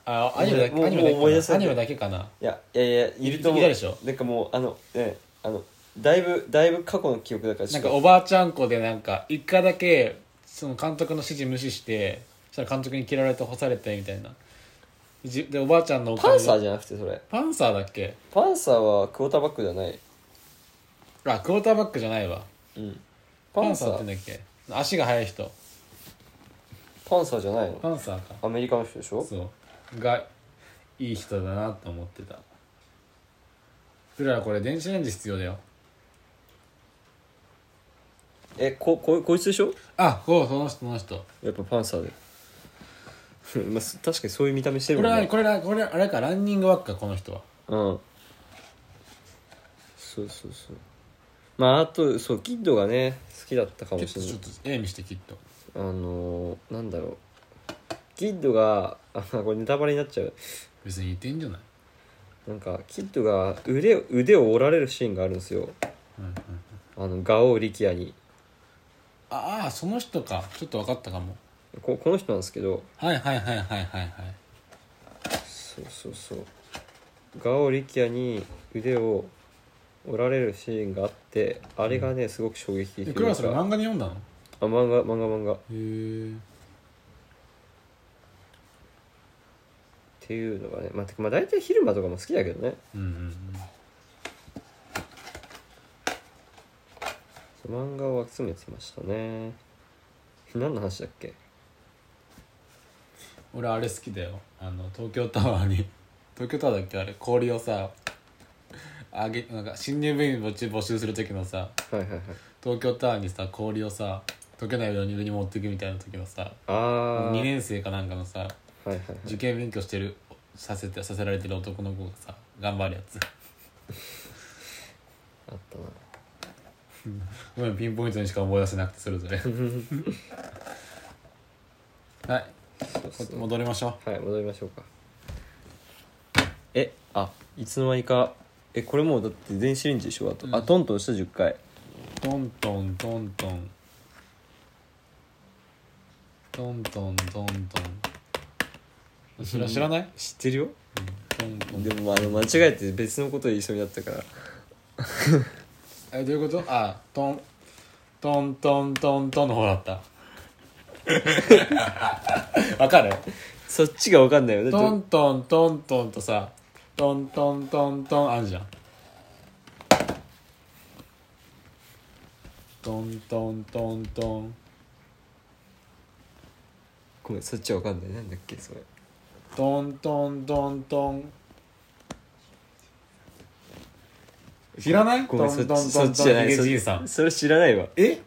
Speaker 1: あアニメだ
Speaker 2: もう
Speaker 1: アニメだ
Speaker 2: もう思い出
Speaker 1: け
Speaker 2: せ
Speaker 1: かな
Speaker 2: な
Speaker 1: いアニメだけかない
Speaker 2: やいやいやいると思
Speaker 1: いうたでしょ
Speaker 2: なんかもうあのねあのだいぶだいぶ過去の記憶だからち
Speaker 1: な
Speaker 2: ょ
Speaker 1: ん
Speaker 2: っ
Speaker 1: か
Speaker 2: と
Speaker 1: おばあちゃん子でなんか一回だけその監督の指示無視してそしたら監督に嫌われて干されてみたいなじでおばあちゃんのお
Speaker 2: パンサー
Speaker 1: ー
Speaker 2: じゃなくてそれ
Speaker 1: パンサーだっけ
Speaker 2: パンサーはクォーターバックじゃない
Speaker 1: あクォーターバックじゃないわ
Speaker 2: うんパ
Speaker 1: パ
Speaker 2: ン
Speaker 1: ン
Speaker 2: サ
Speaker 1: サー
Speaker 2: ー
Speaker 1: ってなんだっけ足が速い人
Speaker 2: パンサーじゃないの
Speaker 1: パンサーか
Speaker 2: アメリカの人でしょ
Speaker 1: そうがいい人だなと思ってたうらこれ電子レンジ必要だよ
Speaker 2: えこここいつでしょ
Speaker 1: あこうその人その人
Speaker 2: やっぱパンサーで まあす確かにそういう見た目して
Speaker 1: これ
Speaker 2: るもん
Speaker 1: は
Speaker 2: ね
Speaker 1: これはこれあれかランニングワックかこの人は
Speaker 2: うんそうそうそうまああとそうキッドがね好きだったか
Speaker 1: ちょ
Speaker 2: も
Speaker 1: っ
Speaker 2: し
Speaker 1: と
Speaker 2: れな
Speaker 1: ちょ
Speaker 2: い
Speaker 1: っと絵見してきっと
Speaker 2: あのー、なんだろうキッドがあこれネタバレになっちゃう
Speaker 1: 別に言っていいんじゃない
Speaker 2: なんかキッドが腕を腕を折られるシーンがあるんですよ
Speaker 1: うんうん
Speaker 2: あのガオー力也に
Speaker 1: ああその人かちょっと分かったかも
Speaker 2: ここの人なんですけど
Speaker 1: はいはいはいはいはいはい
Speaker 2: そうそうそうガオ力也に腕を折られるシーンがあってあれがねすごく衝撃的とい
Speaker 1: え
Speaker 2: う
Speaker 1: クラはそれ
Speaker 2: か
Speaker 1: 漫画で読んだのへ
Speaker 2: あ漫画漫画漫画っ
Speaker 1: え
Speaker 2: ていうのがね、まあ、てかまあ大体昼間とかも好きだけどね
Speaker 1: うんうん
Speaker 2: そう漫画を集めてましたね何の話だっけ
Speaker 1: うん俺あれ好きだよあの東京タワーに 東京タワーだっけあれ氷をさあげなんか新入部員募集募集する時のさ
Speaker 2: はいはいはい
Speaker 1: 東京タワーにさ氷をさ溶けないように上に持っていくみたいな時のさ
Speaker 2: ああ
Speaker 1: 2年生かなんかのさ
Speaker 2: はいはいはい
Speaker 1: 受験勉強してるさせてさせられてる男の子がさ頑張るやつ
Speaker 2: あったな
Speaker 1: ごめんピンポイントにしか思い出せなくてそれぞれはい
Speaker 2: そうそう
Speaker 1: 戻りましょ
Speaker 2: はい戻りましょうかえあいつの間にかえこれもうだって電子レンジでしょあと、あトントンした10回
Speaker 1: うトントントントントントントントン知ら知らない
Speaker 2: 知ってるよ
Speaker 1: トントン
Speaker 2: でもあの間違えて別のこと言いそうになったから
Speaker 1: えどういうことあトントントントントンの方だった わかる
Speaker 2: そっちが分かんないよね
Speaker 1: ト
Speaker 2: ど
Speaker 1: ントントントンとさトントントントンあるじゃんトントントントン
Speaker 2: ごめんそっちは分かんないなんだっけそれ
Speaker 1: トントントントン知らない
Speaker 2: ごめんそっ
Speaker 1: トント
Speaker 2: ち
Speaker 1: ントン
Speaker 2: そ
Speaker 1: トン
Speaker 2: っちじゃない
Speaker 1: ヒゲ
Speaker 2: そ
Speaker 1: じいさん
Speaker 2: それ知らないわ
Speaker 1: え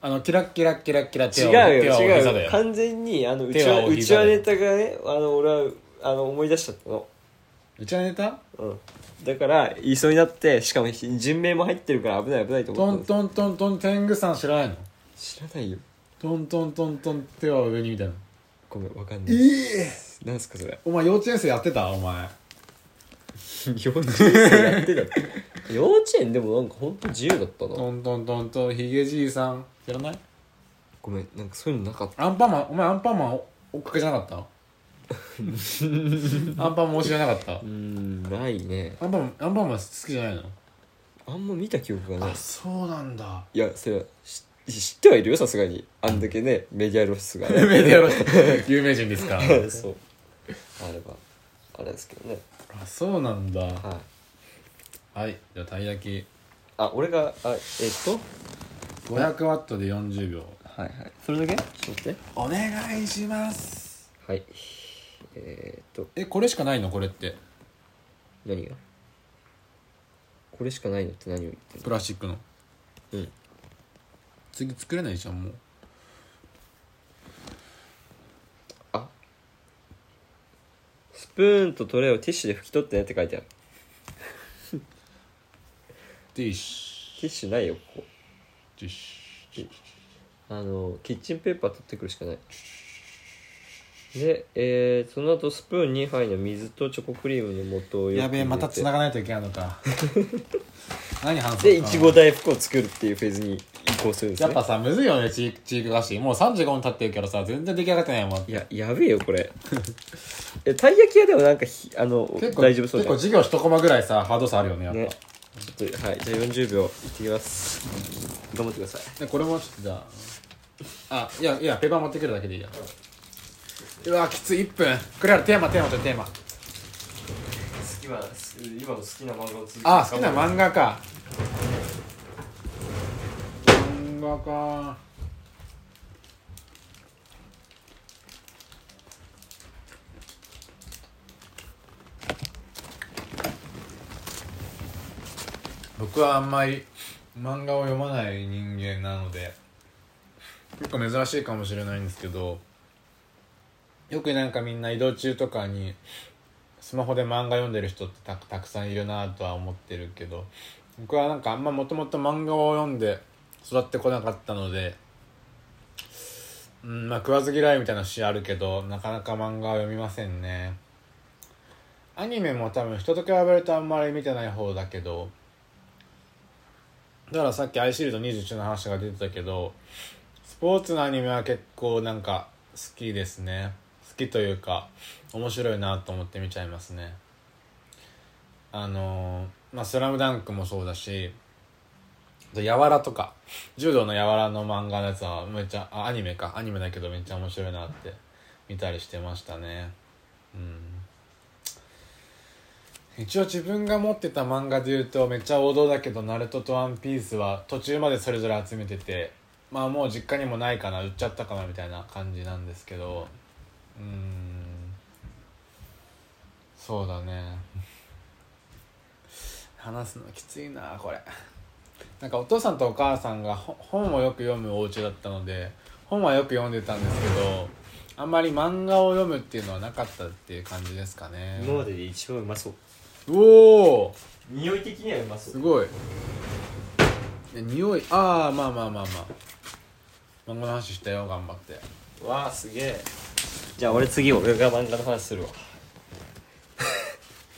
Speaker 1: あのキラッキラッキラッキラ
Speaker 2: 違
Speaker 1: 手
Speaker 2: う
Speaker 1: を手
Speaker 2: よ
Speaker 1: はお
Speaker 2: 違
Speaker 1: 膝だ
Speaker 2: うよ
Speaker 1: よ
Speaker 2: 完全にあのうち
Speaker 1: 手は
Speaker 2: わ
Speaker 1: お
Speaker 2: うち
Speaker 1: 膝
Speaker 2: わ
Speaker 1: だよ
Speaker 2: ネタがねあの俺はあの思い出しちゃったの
Speaker 1: うちのネタ
Speaker 2: うんだから言いそうになってしかも人名も入ってるから危ない危ないと
Speaker 1: ト
Speaker 2: 思ったん
Speaker 1: ン
Speaker 2: です
Speaker 1: トントントン天狗さん知らないの
Speaker 2: 知らないよ
Speaker 1: トントントントン手は上にみたいな
Speaker 2: ごめん分か
Speaker 1: え
Speaker 2: んない
Speaker 1: え
Speaker 2: なんすかそれ
Speaker 1: お前幼稚園生やってたお前
Speaker 2: 幼稚園生やってたの幼稚園でもなんか本当自由だったな
Speaker 1: トントントントンヒゲじいさん知らない
Speaker 2: ごめんなんかそういうのなかった
Speaker 1: アンパンマンお前アンパンマン追っかけじゃな かったアンパンマン推しじゃなかった
Speaker 2: うーんないね
Speaker 1: アンパンマンアンパンマン好きじゃないの
Speaker 2: あんま見た記憶がない
Speaker 1: そうなんだ
Speaker 2: いやそれはし知ってはいるよさすがにあんだけねメディア露出がね
Speaker 1: メディアロ有名人 ですから
Speaker 2: そうあればあれですけどね
Speaker 1: あそうなんだ
Speaker 2: はい
Speaker 1: はいじゃあたい焼き
Speaker 2: あ俺があえっと
Speaker 1: 500ワットで40秒
Speaker 2: はいはいそれだけちょっと待って
Speaker 1: お願いします
Speaker 2: はいえー、っと
Speaker 1: えこれしかないのこれって
Speaker 2: 何がこれしかないのって何を言ってる
Speaker 1: プラスチックの
Speaker 2: うん
Speaker 1: 次作れないじゃんもう
Speaker 2: あスプーンとトレイをティッシュで拭き取ってねって書いてある
Speaker 1: ティッシ
Speaker 2: ティッシュないよここ
Speaker 1: ュティッシュ
Speaker 2: あのキッチンペーパー取ってくるしかないで、えー、その後スプーン2杯の水とチョコクリームの素をよく入れて
Speaker 1: やべえまた繋がないといけないの か何話そう
Speaker 2: でいちご大福を作るっていうフェーズに移行するんです
Speaker 1: やっ
Speaker 2: ね
Speaker 1: ぱさむずいよねチーチーク菓子もう35分経ってるけどさ全然出来上がってないもん
Speaker 2: いややべえよこれ えたい焼き屋でもなんかひあの
Speaker 1: 結構
Speaker 2: 大丈夫そう
Speaker 1: 結
Speaker 2: じゃ
Speaker 1: 構
Speaker 2: ん
Speaker 1: 授業一コマぐらいさハードさあるよねやっぱ、
Speaker 2: ねちょっとはいじゃあ40秒いってきます頑張ってください
Speaker 1: でこれもちょっとじゃああいやいやペーパー持ってくるだけでいいやうわきつい1分これやるテーマテーマちょっとテーマ
Speaker 2: 好きは今の好きな漫画を続
Speaker 1: あ好きな漫画か漫画か僕はあんまり漫画を読まない人間なので結構珍しいかもしれないんですけどよくなんかみんな移動中とかにスマホで漫画読んでる人ってたたくさんいるなとは思ってるけど僕はなんかあんまもともと漫画を読んで育ってこなかったので、うん、まあ食わず嫌いみたいな節あるけどなかなか漫画は読みませんねアニメも多分人と比べるとあんまり見てない方だけどだからさっき「アイシールド21」の話が出てたけどスポーツのアニメは結構なんか好きですね好きというか面白いなと思って見ちゃいますねあのーまあ「スラムダンクもそうだしあと「やわら」とか柔道の「やわら」の漫画のやつはめっちゃあアニメかアニメだけどめっちゃ面白いなって見たりしてましたねうん一応自分が持ってた漫画で言うとめっちゃ王道だけど「ナルトと「ワンピースは途中までそれぞれ集めててまあもう実家にもないかな売っちゃったかなみたいな感じなんですけどうーんそうだね話すのきついなこれなんかお父さんとお母さんがほ本をよく読むお家だったので本はよく読んでたんですけどあんまり漫画を読むっていうのはなかったっていう感じですかね
Speaker 2: 今までで一番うまそう
Speaker 1: うおー
Speaker 2: 匂い的にはうまそ
Speaker 1: すごいいや匂いああまあまあまあまあ漫画の話したよ頑張って
Speaker 2: うわあすげえじゃあ俺次俺が漫画の話するわ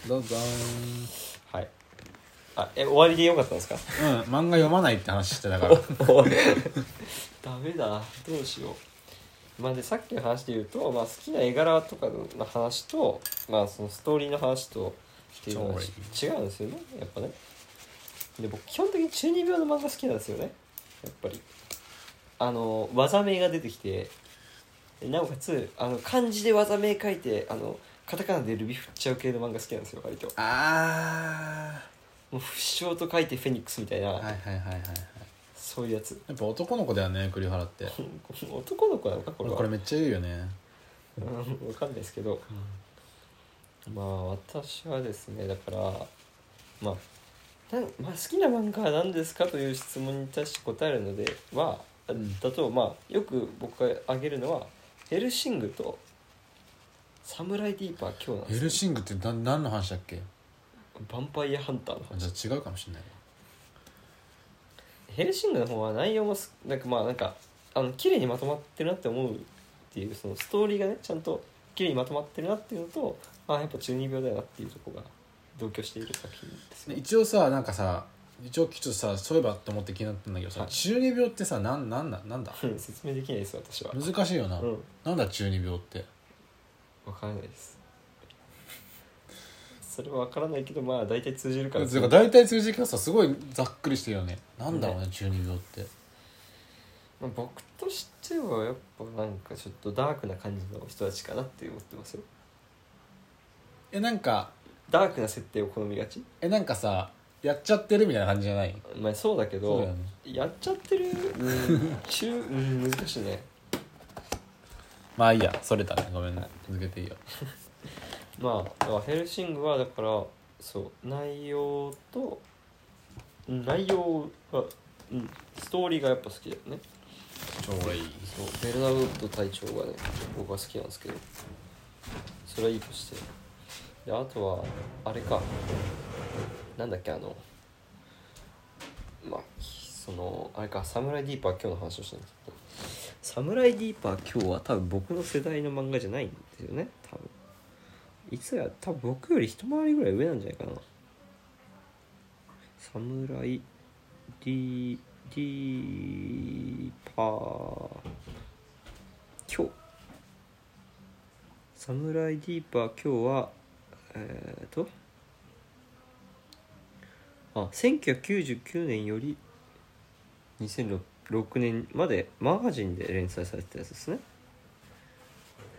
Speaker 1: どうぞー
Speaker 2: はいあえ終わりでよかったんですか
Speaker 1: んうん漫画読まないって話してたから
Speaker 2: ダメだどうしようまあでさっきの話で言うと、まあ、好きな絵柄とかの話と、まあ、そのストーリーの話とっていうのは違うんですよねやっぱねで僕基本的に中二病の漫画好きなんですよねやっぱりあの技名が出てきてでなおかつあの漢字で技名書いてあのカタカナでルビ振っちゃう系の漫画好きなんですよ割と
Speaker 1: あ
Speaker 2: もう不傷と書いてフェニックスみたいな、
Speaker 1: あはいはいはいはいはい
Speaker 2: そういうやつ
Speaker 1: やっぱ男の子だよね栗原って
Speaker 2: 男の子なのかこ
Speaker 1: 俺
Speaker 2: れは
Speaker 1: これめっちゃ言うよね
Speaker 2: うんわかんないですけど、まあ私はですねだからまあなんまあ、好きな漫画は何ですかという質問に対して答えるのでは、あ
Speaker 1: うん
Speaker 2: だとまあよく僕が挙げるのは「ヘルシング」と「サムライディーパー今日」なん
Speaker 1: ヘ
Speaker 2: で
Speaker 1: ル
Speaker 2: す
Speaker 1: シングってな何の話だっけ
Speaker 2: よヴァンパイアハンターの話
Speaker 1: じゃあ違うかもしれない
Speaker 2: ヘルシングの方は内容もすなんかまあなんかあの綺麗にまとまってるなって思うっていうそのストーリーがねちゃんと綺麗にまとまってるなっていうのとあやっぱ中二病だよなっていうところが同居している作品です
Speaker 1: ね
Speaker 2: ね。
Speaker 1: 一応さなんかさ一応ちょっとさそういえばと思って気になったんだけどさ、
Speaker 2: はい
Speaker 1: 中二病ってさなんなんだなんだ
Speaker 2: 説明できないです私は。う
Speaker 1: 難しいよな、
Speaker 2: ん
Speaker 1: なんだ中二病って
Speaker 2: わからないです。それはわからないけどまあ大体通じるから。
Speaker 1: だから大体通じるけどさすごいざっくりしてるよねなんだろうね中二病って
Speaker 2: まあ、僕としてはやっぱなんかちょっとダークな感じの人たちかなって思ってますよ。
Speaker 1: えなんか
Speaker 2: ダークな設定を好みがち。
Speaker 1: えなんかさやっちゃってるみたいな感じじゃない
Speaker 2: まあそうだけ
Speaker 1: そう
Speaker 2: ど
Speaker 1: だよね
Speaker 2: やっちゃっ てる中、うん、難しいね
Speaker 1: まあいいやそれたねごめんね続けていいよ
Speaker 2: まあだからヘルシングはだからそう内容とうん内容が、うん、ストーリーがやっぱ好きだよね
Speaker 1: 超俺いい
Speaker 2: そうベルナウッド隊長がね僕は好きなんですけどそれはいいとしてであとはあれかなんだっけあのまあそのあれか「サムライディーパー」今日の話をしたんですけど「サムライディーパー」今日は多分僕の世代の漫画じゃないんですよね多分いつや多分僕より一回りぐらい上なんじゃないかな「サムライディーディーパー今日サムライディーパー今日はえっ、ー、とあ1999年より2006年までマガジンで連載されてたやつですね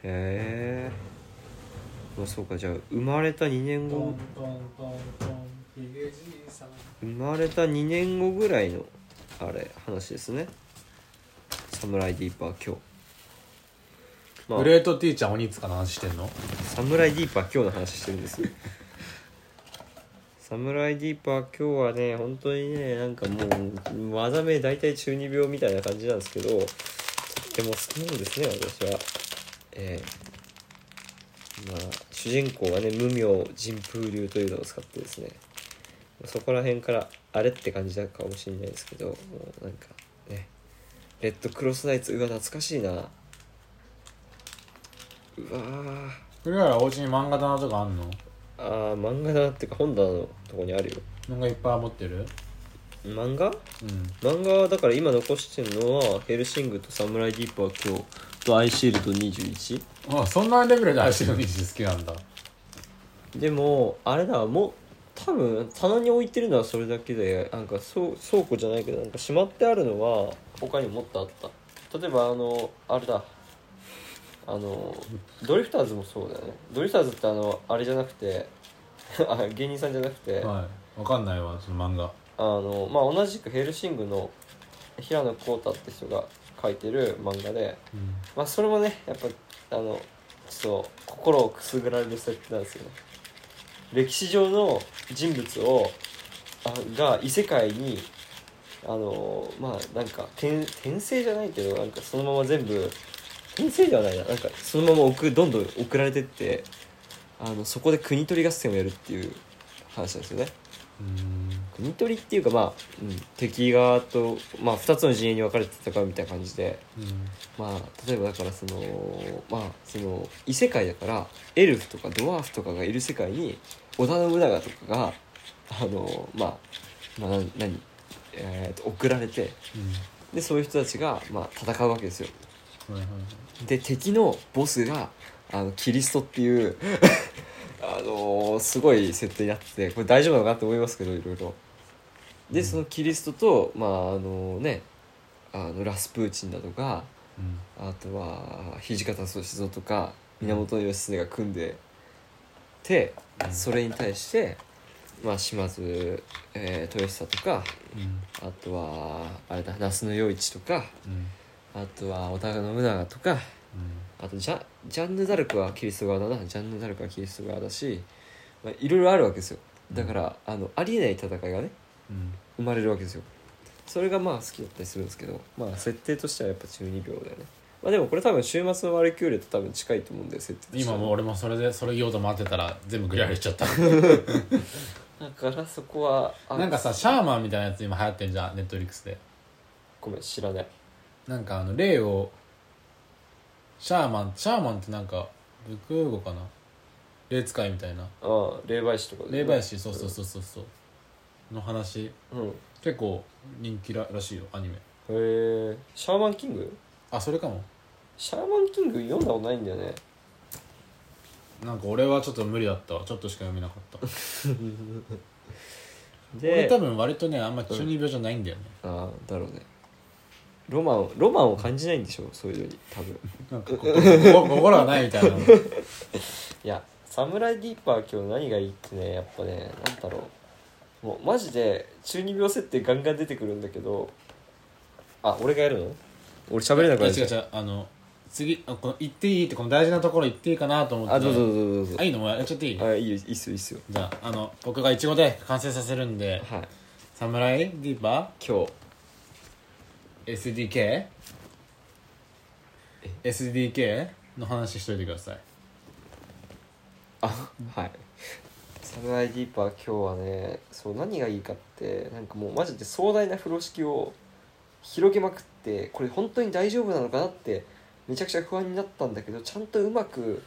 Speaker 2: へえまあそうかじゃあ生まれた2年後
Speaker 1: トントントンヒゲじいさん
Speaker 2: 生まれた2年後ぐらいのあれ話ですね「サムライディーパー今日」ま
Speaker 1: グレートティーチャー鬼塚の話してんの
Speaker 2: あ「サムライディーパー今日」の話してるんですよサムライディーパー今日はね本当にねなんかもう技名大体中二病みたいな感じなんですけどとっても好きなんですね私はええまあ主人公はね無名神風流というのを使ってですねそこら辺からあれって感じだかもしれないですけどもうなんかねレッドクロスナイツうわ懐かしいなうわー
Speaker 1: それからお家に漫画棚とかあんの
Speaker 2: あー漫画だっていうか本棚のとこにあるよ
Speaker 1: 漫画いっぱい持ってる
Speaker 2: 漫画
Speaker 1: うん
Speaker 2: 漫画はだから今残してるのは「ヘルシング」と「サムライディーパー今日」と「アイシールド21
Speaker 1: あそんなレベルで足の虹好きなんだ」
Speaker 2: でもあれだもう多分棚に置いてるのはそれだけでなんかそう倉庫じゃないけどなんかしまってあるのは他にもっとあった例えばあのあれだあのドリフターズもそうだよねドリフターズってあのあれじゃなくて あ芸人さんじゃなくて、
Speaker 1: はいわかんないわその漫画
Speaker 2: あのまあ、同じくヘルシングの平野浩太って人が書いてる漫画で、
Speaker 1: うん
Speaker 2: まあ、それもねやっぱあのちょっと心をくすぐられる設定なんですよね歴史上の人物をあが異世界にあのまあなんか転転生じゃないけどなんかそのまま全部転生ではないななんかそのまま送どんどん送られてってあのそこで国取り合戦をやるっていう話なんですよね国取りっていうかまあ、うん、敵側と、まあ、2つの陣営に分かれて戦うみたいな感じで、
Speaker 1: うん
Speaker 2: まあ、例えばだからその,、まあ、その異世界だからエルフとかドワーフとかがいる世界に織田信長とかがあの、まあ、まあ、な何、えーと送られてでそういう人たちが、まあ、戦うわけですよ。
Speaker 1: うんはいはい
Speaker 2: で敵のボスがあのキリストっていう あのーすごい設定になっててこれ大丈夫なのかなって思いますけどいろいろで
Speaker 1: うん
Speaker 2: そのキリストとまああのねあのラスプーチンだとか
Speaker 1: うん
Speaker 2: あとは土方歳三とか源義経が組んでて
Speaker 1: うん
Speaker 2: それに対して、まあ、島津、えー豊久とか
Speaker 1: うん
Speaker 2: あとはあれだ那須の与一とか
Speaker 1: うん
Speaker 2: あとは織田信長とかあとジャジャンヌ・ダルクはキリスト側だなジャンヌ・ダルクはキリスト側だし、まあ、いろいろあるわけですよだから、あのありえない戦いがね
Speaker 1: うん
Speaker 2: 生まれるわけですよそれがまあ好きだったりするんですけどまあ設定としてはやっぱ12秒だよねまあでもこれ多分週末のワルキューレと多分近いと思うんだよ設定として
Speaker 1: 今
Speaker 2: は
Speaker 1: もう俺もそれでそれ言おうと待ってたら全部グリられちゃった
Speaker 2: だからそこはあ
Speaker 1: なんかさシャーマンみたいなやつ今流行ってんじゃんネットフリックスで
Speaker 2: ごめん知らない
Speaker 1: なんかあの霊をシャーマンシャーマンってなんか仏空語かな霊使いみたいな
Speaker 2: ああ霊媒師とか
Speaker 1: 霊媒師そうそう
Speaker 2: う
Speaker 1: そうそうそうの話
Speaker 2: うんへ
Speaker 1: 結構人気ららしいよアニメ
Speaker 2: えシャーマンキング
Speaker 1: あそれかも
Speaker 2: シャーマンキング読んだことないんだよね
Speaker 1: なんか俺はちょっと無理だったわちょっとしか読めなかった 俺
Speaker 2: で
Speaker 1: 多分割とねあんま中二病じゃないんだよね、
Speaker 2: ああだろうねロマンロマンを感じないんでしょそういうのに多分
Speaker 1: なんかこ こ心がないみたいなのう
Speaker 2: いやサムライディーパー今日何がいいってねやっぱねなんだろうもうマジで中二病設定ガンガン出てくるんだけどあ俺がやるの俺喋れなくなっ
Speaker 1: い
Speaker 2: ち
Speaker 1: や違
Speaker 2: ゃ
Speaker 1: う
Speaker 2: う
Speaker 1: 違うあの次あこの言っていいってこの大事なところ言っていいかなと思って
Speaker 2: あどうぞどうぞどうぞ
Speaker 1: あいいのもうやっちゃっていい、
Speaker 2: あいいよいいっすよいいっすよ
Speaker 1: じゃああの僕がいちごで完成させるんで
Speaker 2: はい
Speaker 1: 「サムライディーバ
Speaker 2: 今日
Speaker 1: ー SDK?SDK の話しといてください
Speaker 2: あはいサムライディーパー今日はねそう何がいいかってなんかもうマジで壮大な風呂敷を広げまくってこれ本当に大丈夫なのかなってめちゃくちゃ不安になったんだけどちゃんとうまく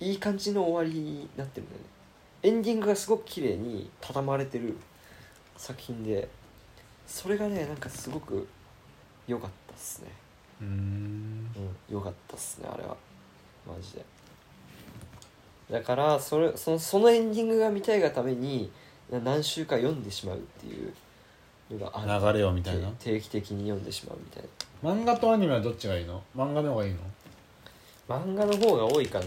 Speaker 2: いい感じの終わりになってるんだよねエンディングがすごく綺麗に畳まれてる作品でそれがねなんかすごく良かったっすね
Speaker 1: うーん
Speaker 2: うん、よかったっすねあれはマジでだからそれそのそのエンディングが見たいがためにな何週か読んでしまうっていうのがある
Speaker 1: 流れをみたいな
Speaker 2: 定定期的に読んでしまうみたい
Speaker 1: 漫画とアニメはどっちがいいの漫画の方がいいの
Speaker 2: な漫画の方が多いかなうん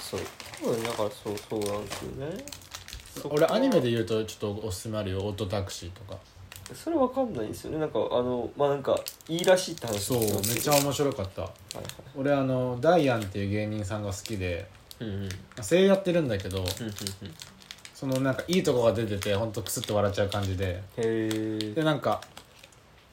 Speaker 2: そう多分だからそうそうなんですよねそ
Speaker 1: 俺アニメ
Speaker 2: で
Speaker 1: で言うとちょっとおすすめあるよ「オートタクシー」とか
Speaker 2: それわかんないんですよねなんかあのまあなんかいいらしいって話
Speaker 1: そうめっちゃ
Speaker 2: はい
Speaker 1: 面白かった
Speaker 2: はい
Speaker 1: 俺あのダイアンっていう芸人さんが好きで
Speaker 2: うんうんうんうん
Speaker 1: 声優やってるんだけど
Speaker 2: うん
Speaker 1: そのなんかいいとこが出ててほんとクスッと笑っちゃう感じで
Speaker 2: へえ
Speaker 1: でなんか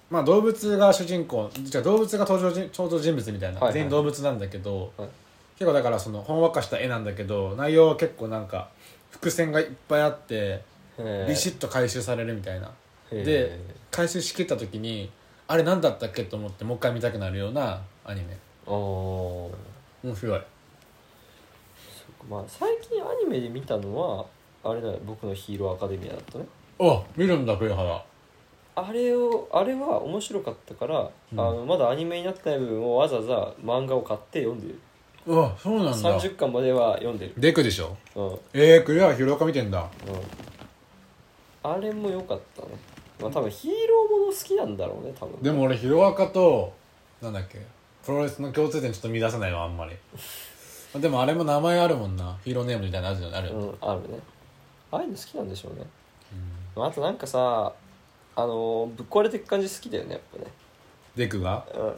Speaker 1: まあ動物が主人公じゃあ動物が登場人登場人物みたいな、
Speaker 2: はいはい
Speaker 1: 全員動物なんだけど、
Speaker 2: はい
Speaker 1: 結構だからそのほんわかした絵なんだけど内容は結構なんか伏線がいっぱいあってビシッと回収されるみたいなで回収しきった時にあれ何だったっけと思ってもう一回見たくなるようなアニメ
Speaker 2: あー
Speaker 1: 面白い
Speaker 2: まあ最近アニメで見たのはあれだよ僕のヒーローアカデミアだったね
Speaker 1: あ見るんだ栗原
Speaker 2: あれをあれは面白かったから、
Speaker 1: うん
Speaker 2: あのまだアニメになってない部分をわざわざ漫画を買って読んでる
Speaker 1: うわそうなんだ
Speaker 2: 30巻までは読んでる
Speaker 1: デクでしょ
Speaker 2: うんうん
Speaker 1: えー、栗原ヒロアカ見てんだ
Speaker 2: あれも良かったねまあ多分ヒーローもの好きなんだろうね多分
Speaker 1: でも俺ヒロアカとなんだっけプロレスの共通点ちょっと見出せないわあんまりあでもあれも名前あるもんなヒーローネームみたいなのあるよねあるよ
Speaker 2: う
Speaker 1: ね
Speaker 2: んあるねああいうの好きなんでしょうねあとなんかさあのぶっ壊れてく感じ好きだよねやっ
Speaker 1: デクが
Speaker 2: ぱねうん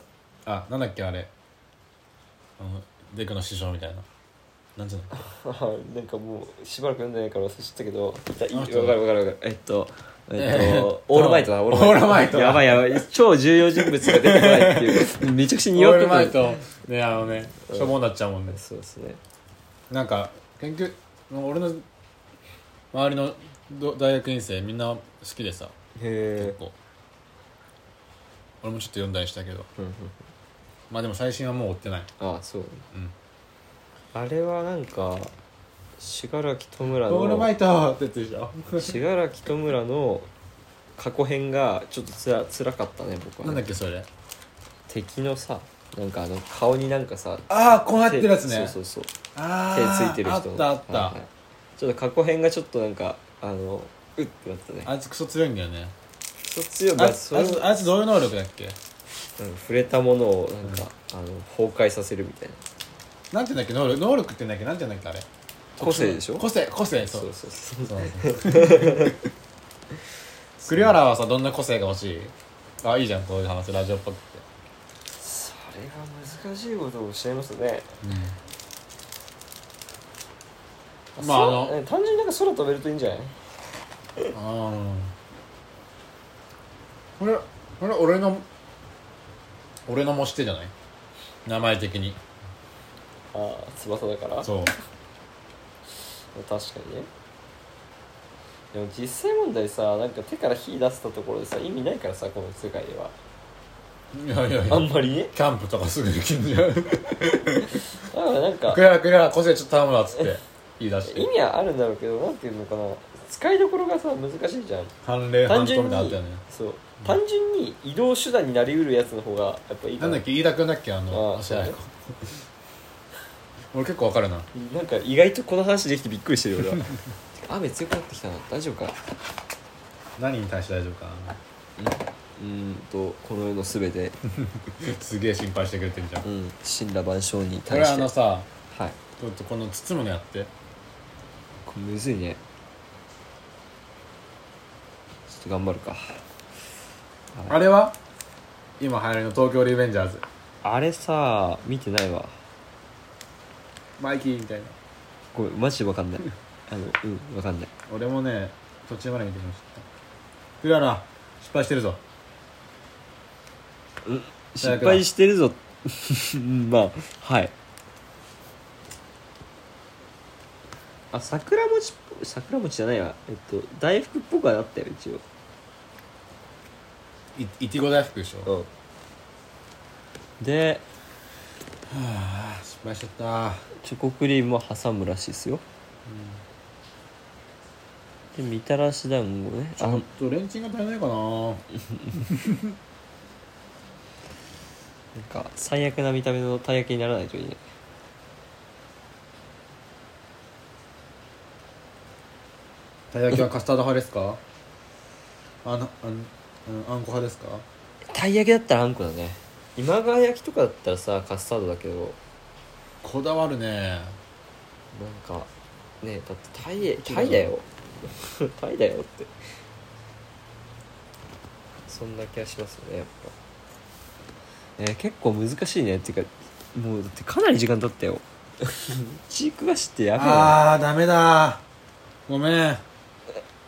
Speaker 1: あなんだっけあれあのデクの師匠みたいななんつうの
Speaker 2: はい なんかもうしばらく読んでないから忘れちゃったけど
Speaker 1: あ
Speaker 2: いやい
Speaker 1: そう
Speaker 2: わかるわかるわかるえっとえ
Speaker 1: え
Speaker 2: っ
Speaker 1: っ
Speaker 2: と
Speaker 1: と、
Speaker 2: オールマイトだ
Speaker 1: オ
Speaker 2: オ
Speaker 1: ー
Speaker 2: ー
Speaker 1: ル
Speaker 2: ル
Speaker 1: マ
Speaker 2: マ
Speaker 1: イ
Speaker 2: イ
Speaker 1: ト
Speaker 2: トやばいやばい超重要人物が出てこないって いうめちゃくちゃ
Speaker 1: オ
Speaker 2: 似合
Speaker 1: ー
Speaker 2: って
Speaker 1: ル
Speaker 2: く
Speaker 1: マイ
Speaker 2: る
Speaker 1: トねあのねしょぼんなっちゃうもんね
Speaker 2: そうですね
Speaker 1: なんか研究俺の周りのど大学院生みんな好きでさ
Speaker 2: へ
Speaker 1: 結構俺もちょっと読んだりしたけど
Speaker 2: え
Speaker 1: まあでも最新はもう追ってない
Speaker 2: あそう
Speaker 1: うん
Speaker 2: あれはなんか信楽戸村
Speaker 1: オールマ
Speaker 2: の
Speaker 1: イトってやつで しょ
Speaker 2: 信楽戸村の過去編がちょっとつら辛かったね僕はね、
Speaker 1: なんだっけそれ
Speaker 2: 敵のさなんかあの顔になんかさ
Speaker 1: ああこうなってるやつね
Speaker 2: 手そうそうそう
Speaker 1: あ
Speaker 2: 手つ
Speaker 1: あ
Speaker 2: いてる人
Speaker 1: あったあった、
Speaker 2: はいはいちょっと過去編がちょっとなんかあのうってなったね
Speaker 1: あいつクソ強いんだよね
Speaker 2: そっちよ
Speaker 1: あ
Speaker 2: り
Speaker 1: いつ
Speaker 2: それ
Speaker 1: あ
Speaker 2: を
Speaker 1: いつあいつどういう能力だっけ
Speaker 2: うん触れたものをなんか、あの崩壊させるみたい
Speaker 1: な
Speaker 2: な
Speaker 1: んて言うんだっけ能力能力って言うんだっけなんて言うんだっけあれ
Speaker 2: 個性でしょ
Speaker 1: 個性個性そう
Speaker 2: そうそうそう
Speaker 1: そうそう栗原はさどんな個性が欲しいあいいじゃんこういう話ラジオっぽくて、
Speaker 2: それが難しいことをおっしゃいますね
Speaker 1: まああ
Speaker 2: そう
Speaker 1: の
Speaker 2: え単純になんか空飛べるといいんじゃない
Speaker 1: うんこれこれ俺の俺の模してじゃない名前的に
Speaker 2: ああ翼だから
Speaker 1: そう
Speaker 2: 確かにねでも実際問題さなんか手から火出したところでさ意味ないからさこの世界ではい
Speaker 1: やいやい
Speaker 2: あ
Speaker 1: や
Speaker 2: んまりね
Speaker 1: キャンプとかすぐできんじゃんク
Speaker 2: だからなんか
Speaker 1: リアクリア個性ちょっと頼むわっつって言い出して
Speaker 2: 意味はあるんだろうけどなんていうのかな使いどころがさ難しいじゃん
Speaker 1: 判例半
Speaker 2: 単
Speaker 1: 島
Speaker 2: 純
Speaker 1: み
Speaker 2: に
Speaker 1: たいなのあったよね
Speaker 2: そう単純に移動手段になりうるやつの方がやっぱいいか
Speaker 1: なんだっけ飯田君だっけあの
Speaker 2: ああ
Speaker 1: 足早い
Speaker 2: そ
Speaker 1: 子俺結構わかるな
Speaker 2: なんか意外とこの話できてびっくりしてる俺 はてか雨強くなってきたな大丈夫か
Speaker 1: 何に対して大丈夫かな
Speaker 2: うーんとこの世の全て、
Speaker 1: すげえ心配してくれてんじゃん
Speaker 2: うん、神羅万象に
Speaker 1: こ
Speaker 2: 対
Speaker 1: れ
Speaker 2: し
Speaker 1: あ
Speaker 2: て
Speaker 1: のさ
Speaker 2: はい
Speaker 1: ちょっとこの包むのやって
Speaker 2: こむずいねちょっと頑張るか
Speaker 1: あれは今流行りの東京リベンジャーズ
Speaker 2: あれさ見てないわ
Speaker 1: マイキーみたいな
Speaker 2: ごめんマジでわか んないあのうんわかんない
Speaker 1: 俺もね途中まで見てましたクララ失敗してるぞ最
Speaker 2: 失
Speaker 1: 悪だ
Speaker 2: 敗してるぞ うんまあはいあ桜餅っぽ桜餅じゃないわえっと大福っぽくはなったよ一
Speaker 1: いいちご大福でしょ
Speaker 2: 応うんで
Speaker 1: ああ失敗しちゃった
Speaker 2: チョコクリームを挟むらしいですよ、でみたらし団子ね
Speaker 1: ち
Speaker 2: あ
Speaker 1: ょ
Speaker 2: の
Speaker 1: っとレンチンが足りないかな
Speaker 2: なんか最悪な見た目のたい焼きにならないといいね
Speaker 1: たい焼きはカスタード派ですかあのあんうんあんこ派ですか
Speaker 2: たい焼きだったらあんこだね今川焼きとかだったらさカスタードだけど
Speaker 1: こだわるね
Speaker 2: なんかねだってタイタイだよ タイだよってそんな気がしますよねやっぱ、えー結構難しいねっていうかもうだってかなり時間経 ったよチーク菓子ってやべえな
Speaker 1: ああダメだごめんう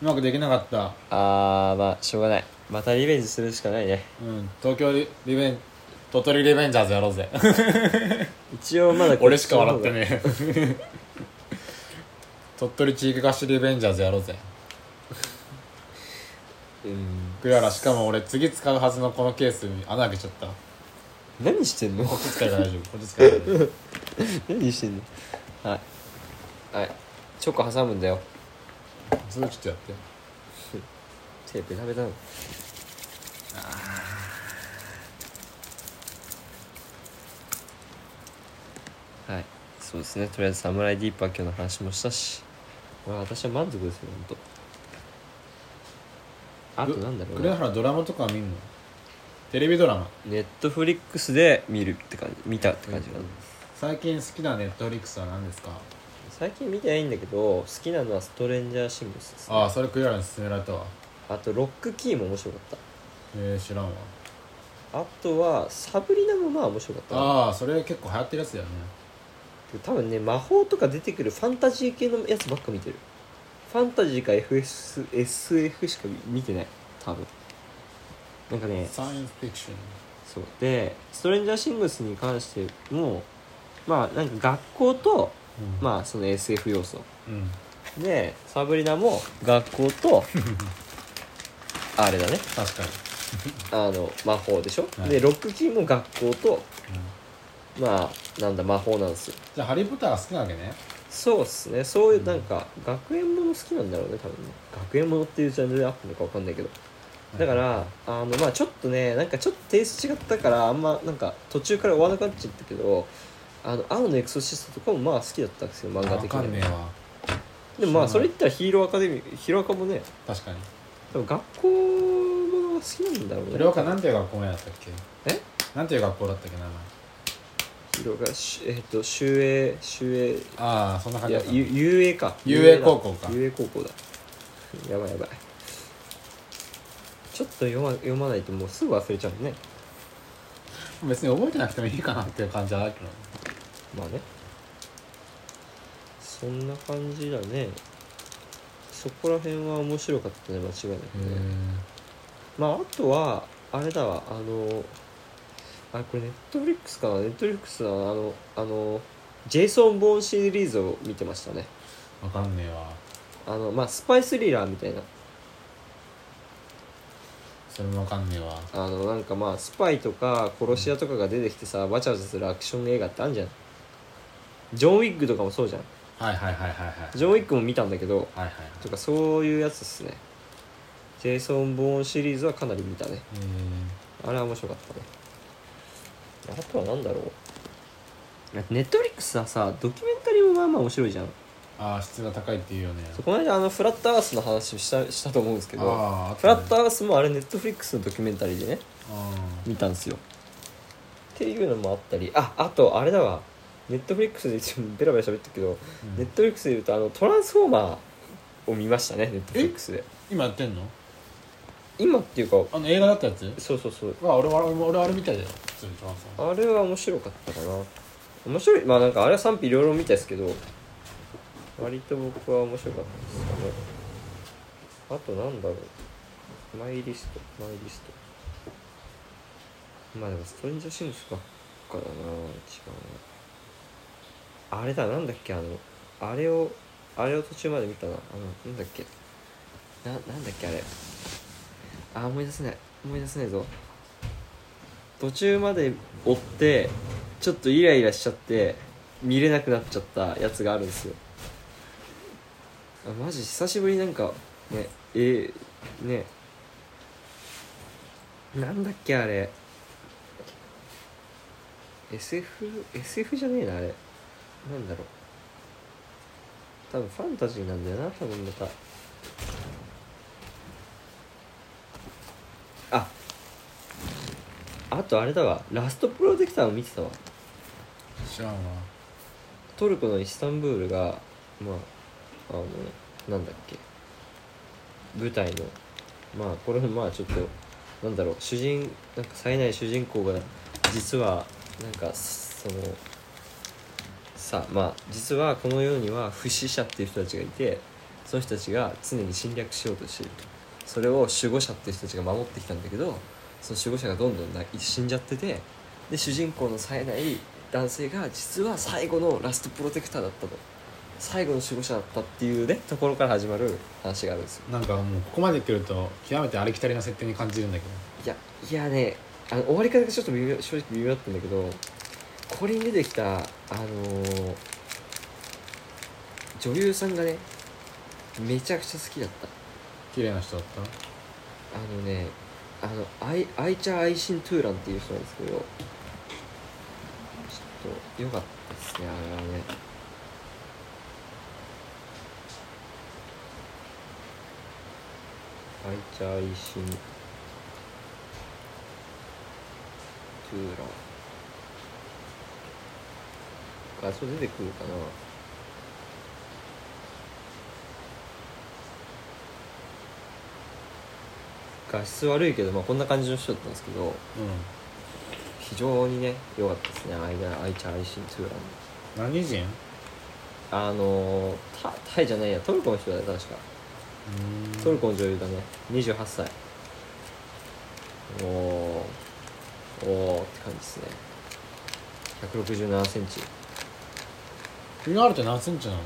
Speaker 1: まくできなかった
Speaker 2: あーまあしょうがないまたリベンジするしかないね
Speaker 1: うん東京リリベン鳥取リベンジャーズやろうぜ
Speaker 2: 一応ま だ
Speaker 1: 俺しか笑ってねえ鳥取地域菓子リベンジャーズやろうぜ
Speaker 2: うん
Speaker 1: クララしかも俺次使うはずのこのケースに穴開けちゃったこ
Speaker 2: 何してんの
Speaker 1: っち使えば大丈夫こっち使えば大 丈夫
Speaker 2: 何してんのはいはいチョコ挟むんだよ
Speaker 1: それちょっとやって
Speaker 2: 手ベタベタなのはいそうですねとりあえず「サムライディーパー」今日の話もしたしまあ私は満足ですよほんとあとなんだろう
Speaker 1: 栗
Speaker 2: な
Speaker 1: 原ドラマとか見んのテレビドラマ
Speaker 2: ネットフリックスで見るって感じ見たって感じかな、
Speaker 1: 最近好きなネットフリックスは何ですか
Speaker 2: 最近見てないんだけど好きなのは「ストレンジャーシングス」です、ね、
Speaker 1: ああそれ栗原に勧められたわ
Speaker 2: あと「ロックキー」も面白かっ
Speaker 1: えー、知らんわ
Speaker 2: たあとは「サブリナ」もまあ面白かったな
Speaker 1: ああそれ結構流行ってるやつだよね
Speaker 2: 多分ね魔法とか出てくるファンタジー系のやつばっか見てるファンタジーか FS SF しか見てない多分なんかね
Speaker 1: サイエンスフィクション
Speaker 2: そうで「ストレンジャーシングス」に関してもまあなんか学校と、
Speaker 1: あ
Speaker 2: まあその SF 要素
Speaker 1: うん
Speaker 2: でサブリナも学校とあれだね
Speaker 1: 確かに、
Speaker 2: あの魔法でしょ、
Speaker 1: はい
Speaker 2: でロックキーも学校と
Speaker 1: うん
Speaker 2: まあなんだ魔法なんですよ
Speaker 1: じゃあハリー・ポッターが好きなわけね
Speaker 2: そうっすねそういうなんか学園もの好きなんだろうね多分ね学園ものっていうジャンルであったのか分かんないけどだからあのまあちょっとねなんかちょっとテイスト違ったからあんまなんか途中から終わらなくなっちゃったけどあの青のエクソシストとかもまあ好きだったんですよ漫画
Speaker 1: 分
Speaker 2: 的
Speaker 1: かんね
Speaker 2: に
Speaker 1: え
Speaker 2: は
Speaker 1: わ
Speaker 2: でもまあそれ言ったらヒーローアカデミーヒーローアカもね
Speaker 1: 確かに
Speaker 2: 多分学校ものが好きなんだろうね
Speaker 1: それはかなんていう学校名だったっけ
Speaker 2: え
Speaker 1: なんていう学校だったっけな
Speaker 2: ヒーローがしえっと秀英秀
Speaker 1: ああそんな
Speaker 2: 英
Speaker 1: 感じだ
Speaker 2: いや
Speaker 1: った
Speaker 2: ゆ遊泳か
Speaker 1: 遊泳高校か
Speaker 2: 遊泳高校だやばいやばいちょっと読ま読まないともうすぐ忘れちゃうね
Speaker 1: 別に覚えてなくてもいいかなっていう感じはあるけど
Speaker 2: まあねそんな感じだねそこら辺は面白かったね間違いなくねまああとはあれだわあのあこれネットフリックスかなネットフリックスだなあのあのジェイソン・ボーンシリーズを見てましたね
Speaker 1: 分かんねえわ
Speaker 2: あのまあスパイスリーラーみたいな
Speaker 1: それも分かんねえわ
Speaker 2: あのなんかまあスパイとか殺し屋とかが出てきてさわちゃわちゃするアクション映画ってあるじゃんジョン・ウィッグとかもそうじゃん
Speaker 1: はいはいはいはいはい
Speaker 2: ジョン・ウィッグも見たんだけど
Speaker 1: はいはいはい
Speaker 2: とかそういうやつっすねジェイソン・ボーンシリーズはかなり見たね
Speaker 1: え
Speaker 2: あれは面白かったねあとは何だろうネットフリックスはさドキュメンタリーもまあまあ面白いじゃん
Speaker 1: ー、ああ質が高いっていうよね
Speaker 2: そうこの間あのフラットアースの話をしたしたと思うんですけど
Speaker 1: ああ
Speaker 2: フラットアースもあれネットフリックスのドキュメンタリーでね
Speaker 1: あ
Speaker 2: 見たんですよっていうのもあったりああとあれだわネットフリックスで一応ベラベラ喋ってるけど、ネットフリックスで言うとあの「トランスフォーマー」を見ましたねネットフリックスで
Speaker 1: 今やってんの
Speaker 2: 今っていうか
Speaker 1: あの映画だったやつ
Speaker 2: そうそうそう
Speaker 1: あ俺は俺俺あれみたいだよ普通にトランスフォーマー
Speaker 2: あれは面白かったかな面白いまあなんかあれは賛否両論みたいですけど割と僕は面白かったですかねあとなんだろうマイリストマイリストまあでもストレンジャーシングスばっかだな一番はあれだなんだっけあのあれをあれを途中まで見たなあのなんだっけななんだっけあれあ思い出せない思い出せないぞ途中まで追ってちょっとイライラしちゃって見れなくなっちゃったやつがあるんですよあマジ久しぶりになんかねえー、ねなんだっけあれ SF?SF じゃねえなあれなんだろう多分ファンタジーなんだよな多分またああとあれだわラストプロテクターを見てたわ
Speaker 1: 知らんわ
Speaker 2: トルコのイスタンブールがまああのなんだっけ舞台のまあこれもまあちょっとなんだろう主人なんか冴えない主人公が実はなんかそのさまあ実はこの世には不死者っていう人たちがいてその人たちが常に侵略しようとしているとそれを守護者っていう人たちが守ってきたんだけどその守護者がどんどんな死んじゃっててで主人公の冴えない男性が実は最後のラストプロテクターだったと最後の守護者だったっていうねところから始まる話があるんですよ
Speaker 1: なんかもうここまで来ると極めてありきたりな設定に感じるんだけ
Speaker 2: いやいやねあの終わり方がちょっと微妙正直微妙だったんだけどこれに出てきたあのー女優さんがねめちゃくちゃ好きだった
Speaker 1: ど綺麗な人だった
Speaker 2: あのねあのアイアイチャー・アイシン・トゥーランっていう人なんですけどちょっと良かったですねあれはねアイチャー・アイシン・トゥーラン画像出てくるかな画質悪いけど、まあ、こんな感じの人だったんですけど
Speaker 1: う
Speaker 2: 非常にね良かったですねアイダアイチャーアイシントゥーラン
Speaker 1: ん何人う
Speaker 2: あのー、タタイじゃないやトルコの人だね確か
Speaker 1: ーん
Speaker 2: トルコの女優だね28歳おーおーって感じですね167センチ
Speaker 1: 君あるって何センチなの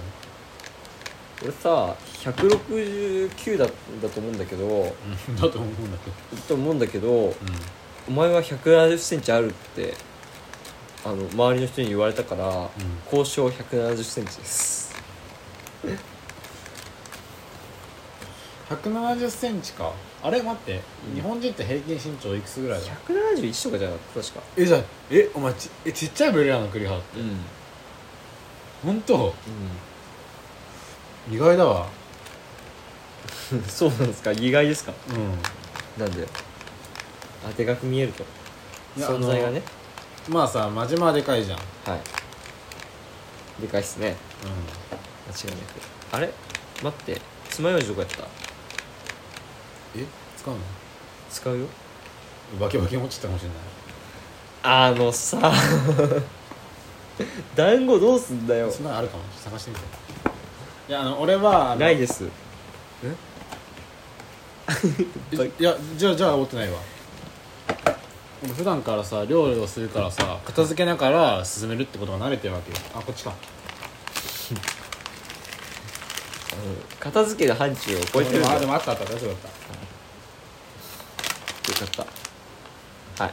Speaker 2: 俺さ169だだと思うんだけど
Speaker 1: うんだと思うんだけど
Speaker 2: と思うんだけど
Speaker 1: うん
Speaker 2: お前は1 7 0ンチあるってあの周りの人に言われたから、交渉1 7 0ンチです
Speaker 1: 1 7 0ンチかあれ待って
Speaker 2: うん
Speaker 1: 日本人って平均身長いくつぐらいだ
Speaker 2: 171とかじゃなかった確か
Speaker 1: えじゃあえお前ちえちっちゃいベルやの栗原って
Speaker 2: うん、うん、
Speaker 1: 本当意外だわ
Speaker 2: そうなん ですか意外ですか
Speaker 1: うん
Speaker 2: なんであでかく見えると
Speaker 1: いや
Speaker 2: 存在がね
Speaker 1: まあさ真島はでかいじゃんうん
Speaker 2: はいでかいっすね間違いなくあれ待って爪楊枝どこやった
Speaker 1: え使うの
Speaker 2: 使うよ
Speaker 1: バキバキ持っちゃったかもしれない
Speaker 2: あのさ 団子どうすんだよ
Speaker 1: そんなのあるかも探してみていやあの俺はあの
Speaker 2: ないです
Speaker 1: えいやじゃあじゃあ思ってないわ俺普段からさ料理をするからさ片付けながら進めるってことが慣れてるわけよあこっちか
Speaker 2: あの片付けが範疇を
Speaker 1: こ
Speaker 2: 超えてるんだ
Speaker 1: あ
Speaker 2: よ
Speaker 1: で
Speaker 2: よ
Speaker 1: もあったあった大丈夫だった
Speaker 2: かったはい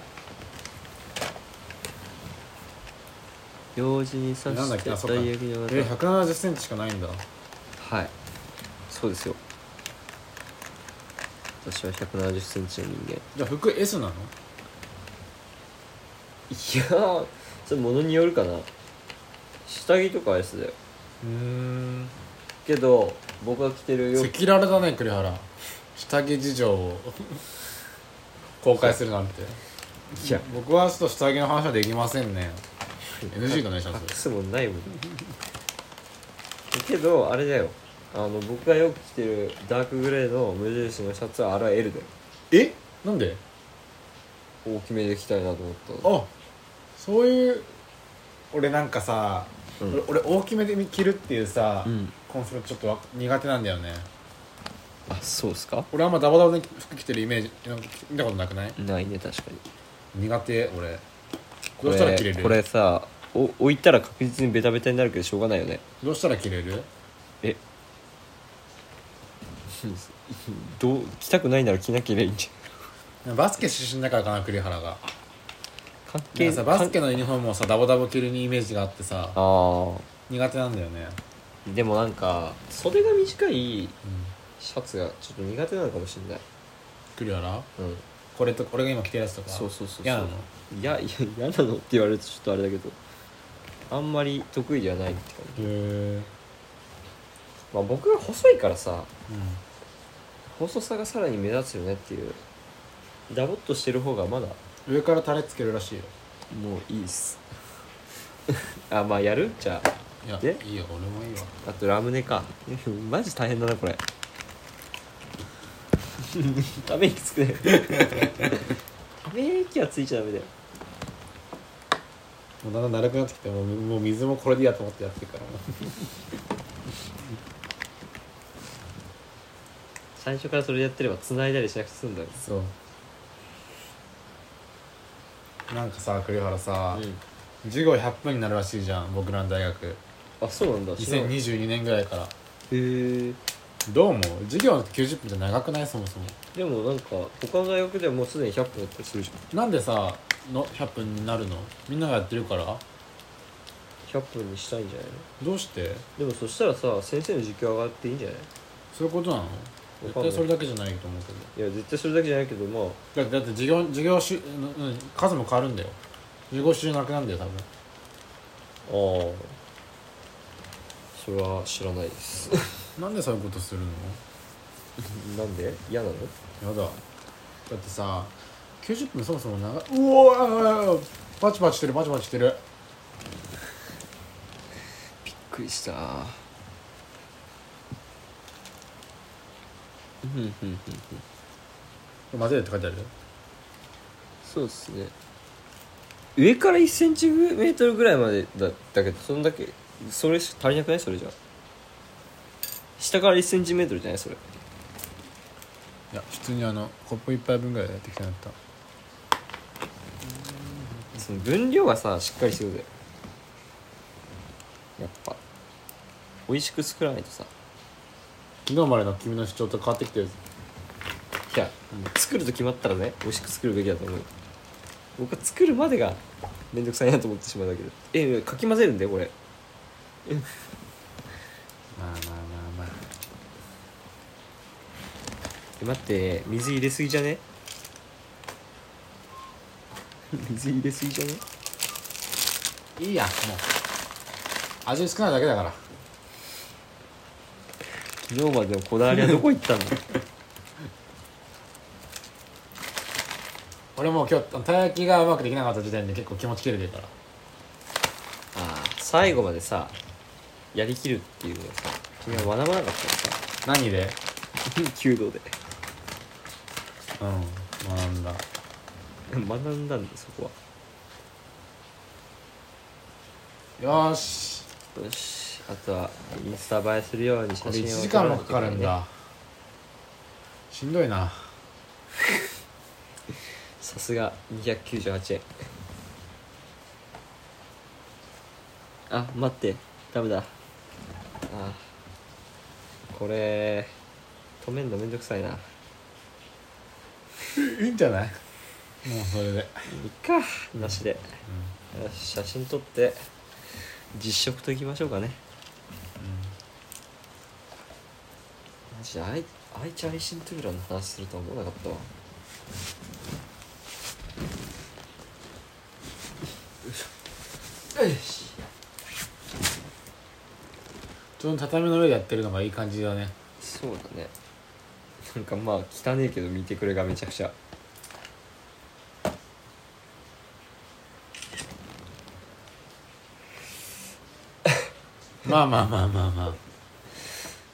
Speaker 2: 用事に刺
Speaker 1: なんだ
Speaker 2: し
Speaker 1: ってけなそっか
Speaker 2: 大学に
Speaker 1: え1 7 0ンチしかないんだ
Speaker 2: はいそうですよ私は1 7 0ンチの人間い
Speaker 1: じゃあ服 S なの
Speaker 2: やーそれものによるかな下着とかは S だよ
Speaker 1: うん
Speaker 2: けど僕が着てる洋
Speaker 1: 赤
Speaker 2: 服
Speaker 1: 裸々だね栗原下着事情を公開するなんて
Speaker 2: いや
Speaker 1: 僕はちょっと下着の話はできませんね NG かないします
Speaker 2: 隠すもんない もんけどあれだよあの僕がよく着てるダークグレーの無印のシャツはあれは L だよ
Speaker 1: えなんで
Speaker 2: 大きめで着たいなと思った
Speaker 1: あそういう俺なんかさ、
Speaker 2: うん
Speaker 1: 俺俺大きめで着るっていうさ、
Speaker 2: ん
Speaker 1: コンセプトちょっとわ苦手なんだよね
Speaker 2: あそうっすか
Speaker 1: 俺あんまダボダボで服着てるイメージなんか見たことなくない
Speaker 2: ないね確かに
Speaker 1: 苦手俺
Speaker 2: こ
Speaker 1: どう
Speaker 2: れ
Speaker 1: したら着れる
Speaker 2: これさお置いたら確実にベタベタになるけどしょうがないよね
Speaker 1: どうしたら着れる
Speaker 2: え どう着たくないなら着なきゃいいんじ
Speaker 1: バスケ出身だからかな栗原が
Speaker 2: ゃん関
Speaker 1: なん
Speaker 2: 係
Speaker 1: かさバスケ
Speaker 2: あ
Speaker 1: のユニフォームをさダボダボ着るにイメージがあってさ
Speaker 2: あー
Speaker 1: 苦手なんだよね、
Speaker 2: でもなんか袖が短いシャツがちょっと苦手なのかもしれない
Speaker 1: 栗原
Speaker 2: うん
Speaker 1: これと俺が今着てるやつとか
Speaker 2: そうそうそうそう
Speaker 1: 嫌なの
Speaker 2: いやいや嫌なのって言われるとちょっとあれだけどあんまり得意ではないって感じ、
Speaker 1: へえ、
Speaker 2: まあ、僕が細いからさ
Speaker 1: うん
Speaker 2: 細さがさらに目立つよねっていうダボっとしてる方がまだ
Speaker 1: 上からタレつけるらしいよ
Speaker 2: もういいっす あまあやるじゃあ
Speaker 1: いや
Speaker 2: え
Speaker 1: いいよ俺もいいわ
Speaker 2: あとラムネか マジ大変だなこれ ため息つくねため息はついちゃダメだよ
Speaker 1: もうだんだんだるくなってきてもうもう水もこれでいいやと思ってやってるから
Speaker 2: 最初からそれやってれば繋いだりしなくて済んだよ
Speaker 1: そう なんかさ栗原さ、
Speaker 2: うん
Speaker 1: 授業100分になるらしいじゃん僕らの大学
Speaker 2: あそうなんだ知らなかった
Speaker 1: 2022年ぐらいから
Speaker 2: へえ
Speaker 1: どう思う授業90分じゃ長くないそもそも
Speaker 2: でもなんか他の大学ではもうすでに100分やったりするじ
Speaker 1: なんでさの100分になるのみんながやってるから
Speaker 2: ゃん100分にしたいんじゃないの
Speaker 1: どうして
Speaker 2: でもそしたらさ先生の時給上がっていいんじゃない
Speaker 1: そういうことなの
Speaker 2: わ
Speaker 1: 絶
Speaker 2: かんない
Speaker 1: 対それだけじゃないと思うけど
Speaker 2: いや絶対それだけじゃないけどまあ
Speaker 1: だってだって授業授業し、うんうん、数も変わるんだよ授業中なくなるんだよ多分
Speaker 2: ああそれは知らないです
Speaker 1: なんでそういうことするの
Speaker 2: なんで嫌なの
Speaker 1: やだだってさ90分そもそも長いうわーパチパチしてるパチパチしてる
Speaker 2: びっくりしたうんうんうんうん
Speaker 1: 混ぜるって書いてある
Speaker 2: そうですね上から1センチメートルぐらいまでだだけどそんだけそれし足りなくないそれじゃ下から1センチメートルじゃないそれ
Speaker 1: いや普通にあのコップ一杯分ぐらいやってきてなった
Speaker 2: その分量がさしっかりしてくれやっぱ美味しく作らないとさ
Speaker 1: 昨日までの君の主張と変わってきてる
Speaker 2: いや作ると決まったらね美味しく作るべきだと思う僕は作るまでがめんどくさいなと思ってしまうだけでえかき混ぜるんだよこれ
Speaker 1: まあまあまあまあ
Speaker 2: え待って水入れすぎじゃね 水入れすぎじゃね
Speaker 1: いいやもう味少ないだけだから
Speaker 2: 昨日までのこだわりはどこ行 ったの
Speaker 1: 俺もう今日あのたい焼きがうまくできなかった時点で結構気持ち切れてるから
Speaker 2: あー最後までさやりきるっていうのをさ君は学ばなかったの
Speaker 1: 何で
Speaker 2: さ 弓道で
Speaker 1: うん学んだ
Speaker 2: 学んだんだそこ
Speaker 1: よーし
Speaker 2: はよしあとはインスタ映えするように
Speaker 1: こ
Speaker 2: 写
Speaker 1: れ
Speaker 2: 真を
Speaker 1: 1時
Speaker 2: 撮
Speaker 1: 間
Speaker 2: らな
Speaker 1: も
Speaker 2: きゃ
Speaker 1: か
Speaker 2: いけ
Speaker 1: か
Speaker 2: ないね
Speaker 1: るんだしんどいな
Speaker 2: さすが298円あ待ってダメだあーこれ止めんのめんどくさいない
Speaker 1: いんじゃないもうそれで
Speaker 2: いっかなしで、よし写真撮って実食といきましょうかねマジであいあいちゃんアイシントゥーランの話するとは思わなかったわよし
Speaker 1: ちょうど畳の上でやってるのがいい感じだね
Speaker 2: そうだねなんかまあ汚ねえけど見てくれがめちゃくちゃ
Speaker 1: まあまあまあまあまあ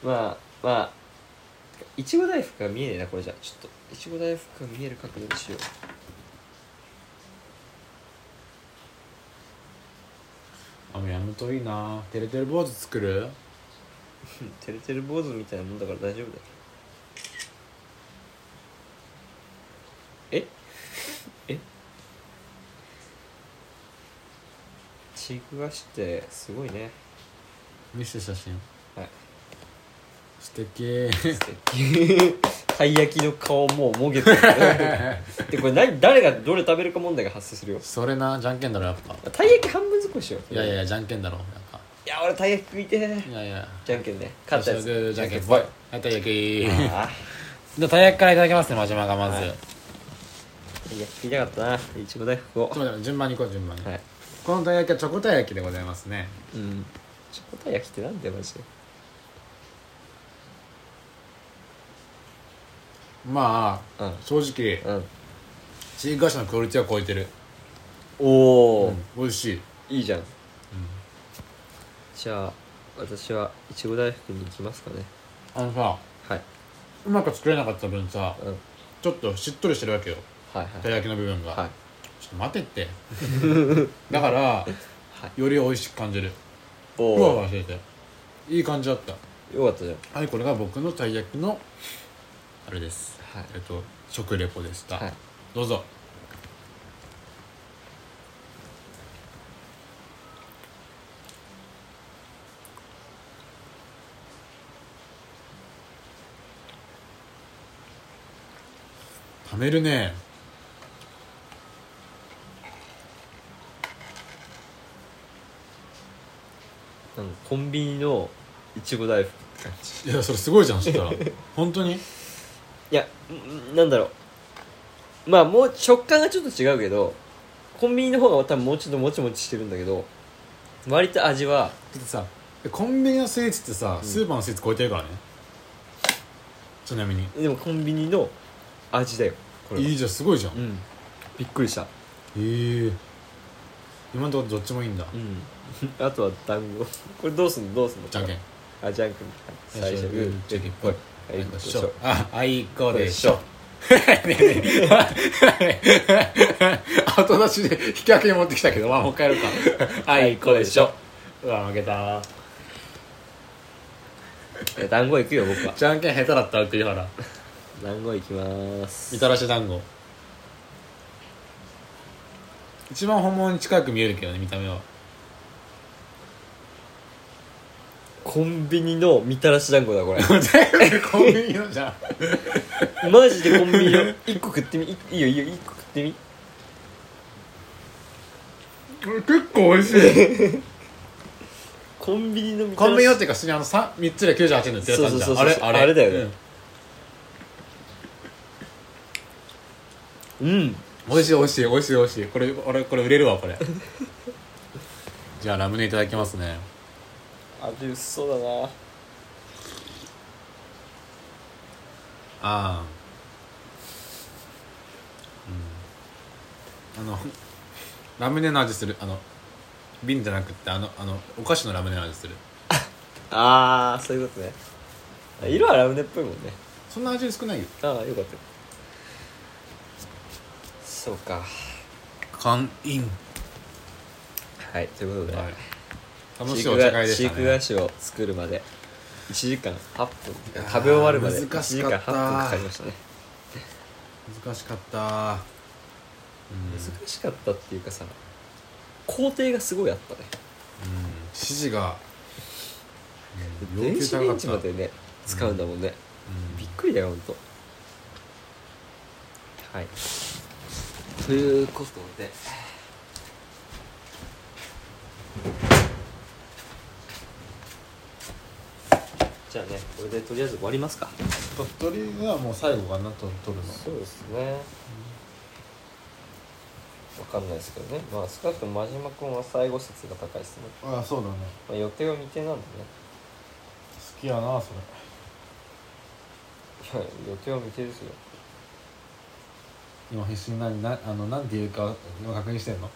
Speaker 2: まあまあいちご大福が見えねえなこれじゃちょっといちご大福が見える角度にしよう
Speaker 1: あもうやむといいなてるてる坊主作る
Speaker 2: うんてるてる坊主みたいなもんだから大丈夫だよええチーク菓子ってすごいね
Speaker 1: 見せて写真
Speaker 2: はい
Speaker 1: 素敵
Speaker 2: 素敵たい焼きの顔もうもげてるでこれ何誰がどれ食べるか問題が発生するよ
Speaker 1: それなじゃんけんだろやっぱ
Speaker 2: たい焼き半分ずつしよう
Speaker 1: い
Speaker 2: い
Speaker 1: やいやいやじゃんけんだろなんか
Speaker 2: いや俺たい焼き食いてえ
Speaker 1: いやいや
Speaker 2: じゃんけんね勝ったや
Speaker 1: よしよ
Speaker 2: つ
Speaker 1: しじゃんけん
Speaker 2: ぽい
Speaker 1: はいたい焼き
Speaker 2: あ
Speaker 1: じゃあたい焼きからいただきますね真島がまず、
Speaker 2: はいーいや聞いたかったないちご大福を
Speaker 1: ちょっと待って順番に行こう順番に、
Speaker 2: はい
Speaker 1: このたい焼きはチョコたい焼きでございますね
Speaker 2: うんチョコたい焼きってなんだよマジで
Speaker 1: まあ
Speaker 2: うん
Speaker 1: 正直
Speaker 2: うん
Speaker 1: チーク菓子のクオリティは超えてる、
Speaker 2: おお、
Speaker 1: 美味しい
Speaker 2: いいじゃん、じゃあ私はいちご大福に行きますかね
Speaker 1: あのさ
Speaker 2: はいう
Speaker 1: まく作れなかった分さ
Speaker 2: うんはい
Speaker 1: ちょっとしっとりしてるわけよ
Speaker 2: はい
Speaker 1: たい焼きの部分が、
Speaker 2: はい
Speaker 1: ちょっと待てって だから、より美味しく感じる
Speaker 2: お
Speaker 1: ふわふ
Speaker 2: お
Speaker 1: わしてていい感じだった
Speaker 2: よかったじゃん
Speaker 1: はいこれが僕のたい焼きのあれです
Speaker 2: はい
Speaker 1: えっと食レポでした、
Speaker 2: はい
Speaker 1: どうぞためるね
Speaker 2: なんかコンビニのいちご大福って感じ
Speaker 1: いやそれすごいじゃんそしたら本当に
Speaker 2: いやんなんだろうまあもう食感がちょっと違うけどコンビニの方が多分もうちょっともちもちしてるんだけど割と味は
Speaker 1: だってさコンビニのスイーツってさ、スーパーのスイーツ超えてるからねちなみに
Speaker 2: でもコンビニの味だよこれはい
Speaker 1: いじゃんすごいじゃん、
Speaker 2: う
Speaker 1: へ
Speaker 2: んびっくりした
Speaker 1: え今のところどっちもいいんだ、
Speaker 2: うん あとは団子これどうすんのどうすんの
Speaker 1: じゃんけん
Speaker 2: あじゃんけん最初グー
Speaker 1: チョキ
Speaker 2: ぽい
Speaker 1: あ
Speaker 2: はい
Speaker 1: い
Speaker 2: こ
Speaker 1: こ
Speaker 2: う
Speaker 1: で
Speaker 2: し
Speaker 1: し
Speaker 2: ょ
Speaker 1: ょああいこ
Speaker 2: で
Speaker 1: で
Speaker 2: し
Speaker 1: し
Speaker 2: ょ
Speaker 1: ょ 後出しで引き分けに持ってきたけどまあもう一回やるか あいこでしょうわ負けた
Speaker 2: いや団子いくよ僕は
Speaker 1: じゃんけん下手だったら栗原
Speaker 2: 団子いきます
Speaker 1: みたらし団子一番本物に近く見えるけどね見た目は
Speaker 2: コンビニのみたらし団子だこれ
Speaker 1: 全部コンビニのじゃん
Speaker 2: マジでコンビニの1個食ってみいいいよいいよ1個食ってみ
Speaker 1: 結構美味しい
Speaker 2: コンビニのみた
Speaker 1: コン
Speaker 2: ら
Speaker 1: ビニのっ
Speaker 2: して
Speaker 1: いうか普通にあの 3, 3つで98円のってやつあるじゃ
Speaker 2: そうそうんそ
Speaker 1: あ
Speaker 2: う
Speaker 1: れ
Speaker 2: そう
Speaker 1: あれ
Speaker 2: あれだよね
Speaker 1: うん
Speaker 2: うん
Speaker 1: 美味しい美味しい美味しい美味しいこれ俺これ売れるわこれじゃあラムネいただきますね
Speaker 2: 味薄そうだな
Speaker 1: ああうんあのラムネの味するあの瓶じゃなくってあのあのお菓子のラムネの味する
Speaker 2: あーそういうことねあ色はラムネっぽいもんね
Speaker 1: そんな味少ないよ
Speaker 2: ああよかったそうか
Speaker 1: 缶飲
Speaker 2: はいということで、
Speaker 1: はい楽しい
Speaker 2: 飼
Speaker 1: お
Speaker 2: 育
Speaker 1: 茶会
Speaker 2: が
Speaker 1: で
Speaker 2: 飼
Speaker 1: した
Speaker 2: 育菓
Speaker 1: ね
Speaker 2: 子を作るまで1時間8分食べ終わるまで
Speaker 1: あー
Speaker 2: 1
Speaker 1: 難
Speaker 2: 時
Speaker 1: しかっ
Speaker 2: 間
Speaker 1: た
Speaker 2: 8分かかりましたね
Speaker 1: 難しかったうん
Speaker 2: 難しかったっていうかさ工程がすごいあったね
Speaker 1: 指示がうん
Speaker 2: 電子レンジま
Speaker 1: う
Speaker 2: でね使うんだもんね、
Speaker 1: ん
Speaker 2: びっくりだよほんとはいということでじゃあねこれでとりあえず終わりますか
Speaker 1: 鳥取はもう最後かなと取るの
Speaker 2: そうですね、わかんないですけどねまあ少なくとも真島君は最後説が高いですね、
Speaker 1: ああそうだね
Speaker 2: まあ、予定は未定なんでね
Speaker 1: 好きやなそれ
Speaker 2: いや予定は未定ですよ
Speaker 1: い今必死に何なあのなんて言うか今確認してんの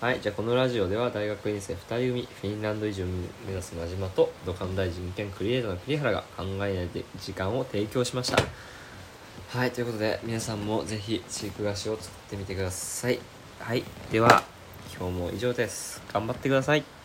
Speaker 2: はい、じゃあこのラジオでは大学院生2人組フィンランド移住を目指す真島と土管大臣兼クリエイターの栗原が考えないで時間を提供しましたはいということで皆さんもぜひチーク菓子を作ってみてくださいはいでは今日も以上です頑張ってください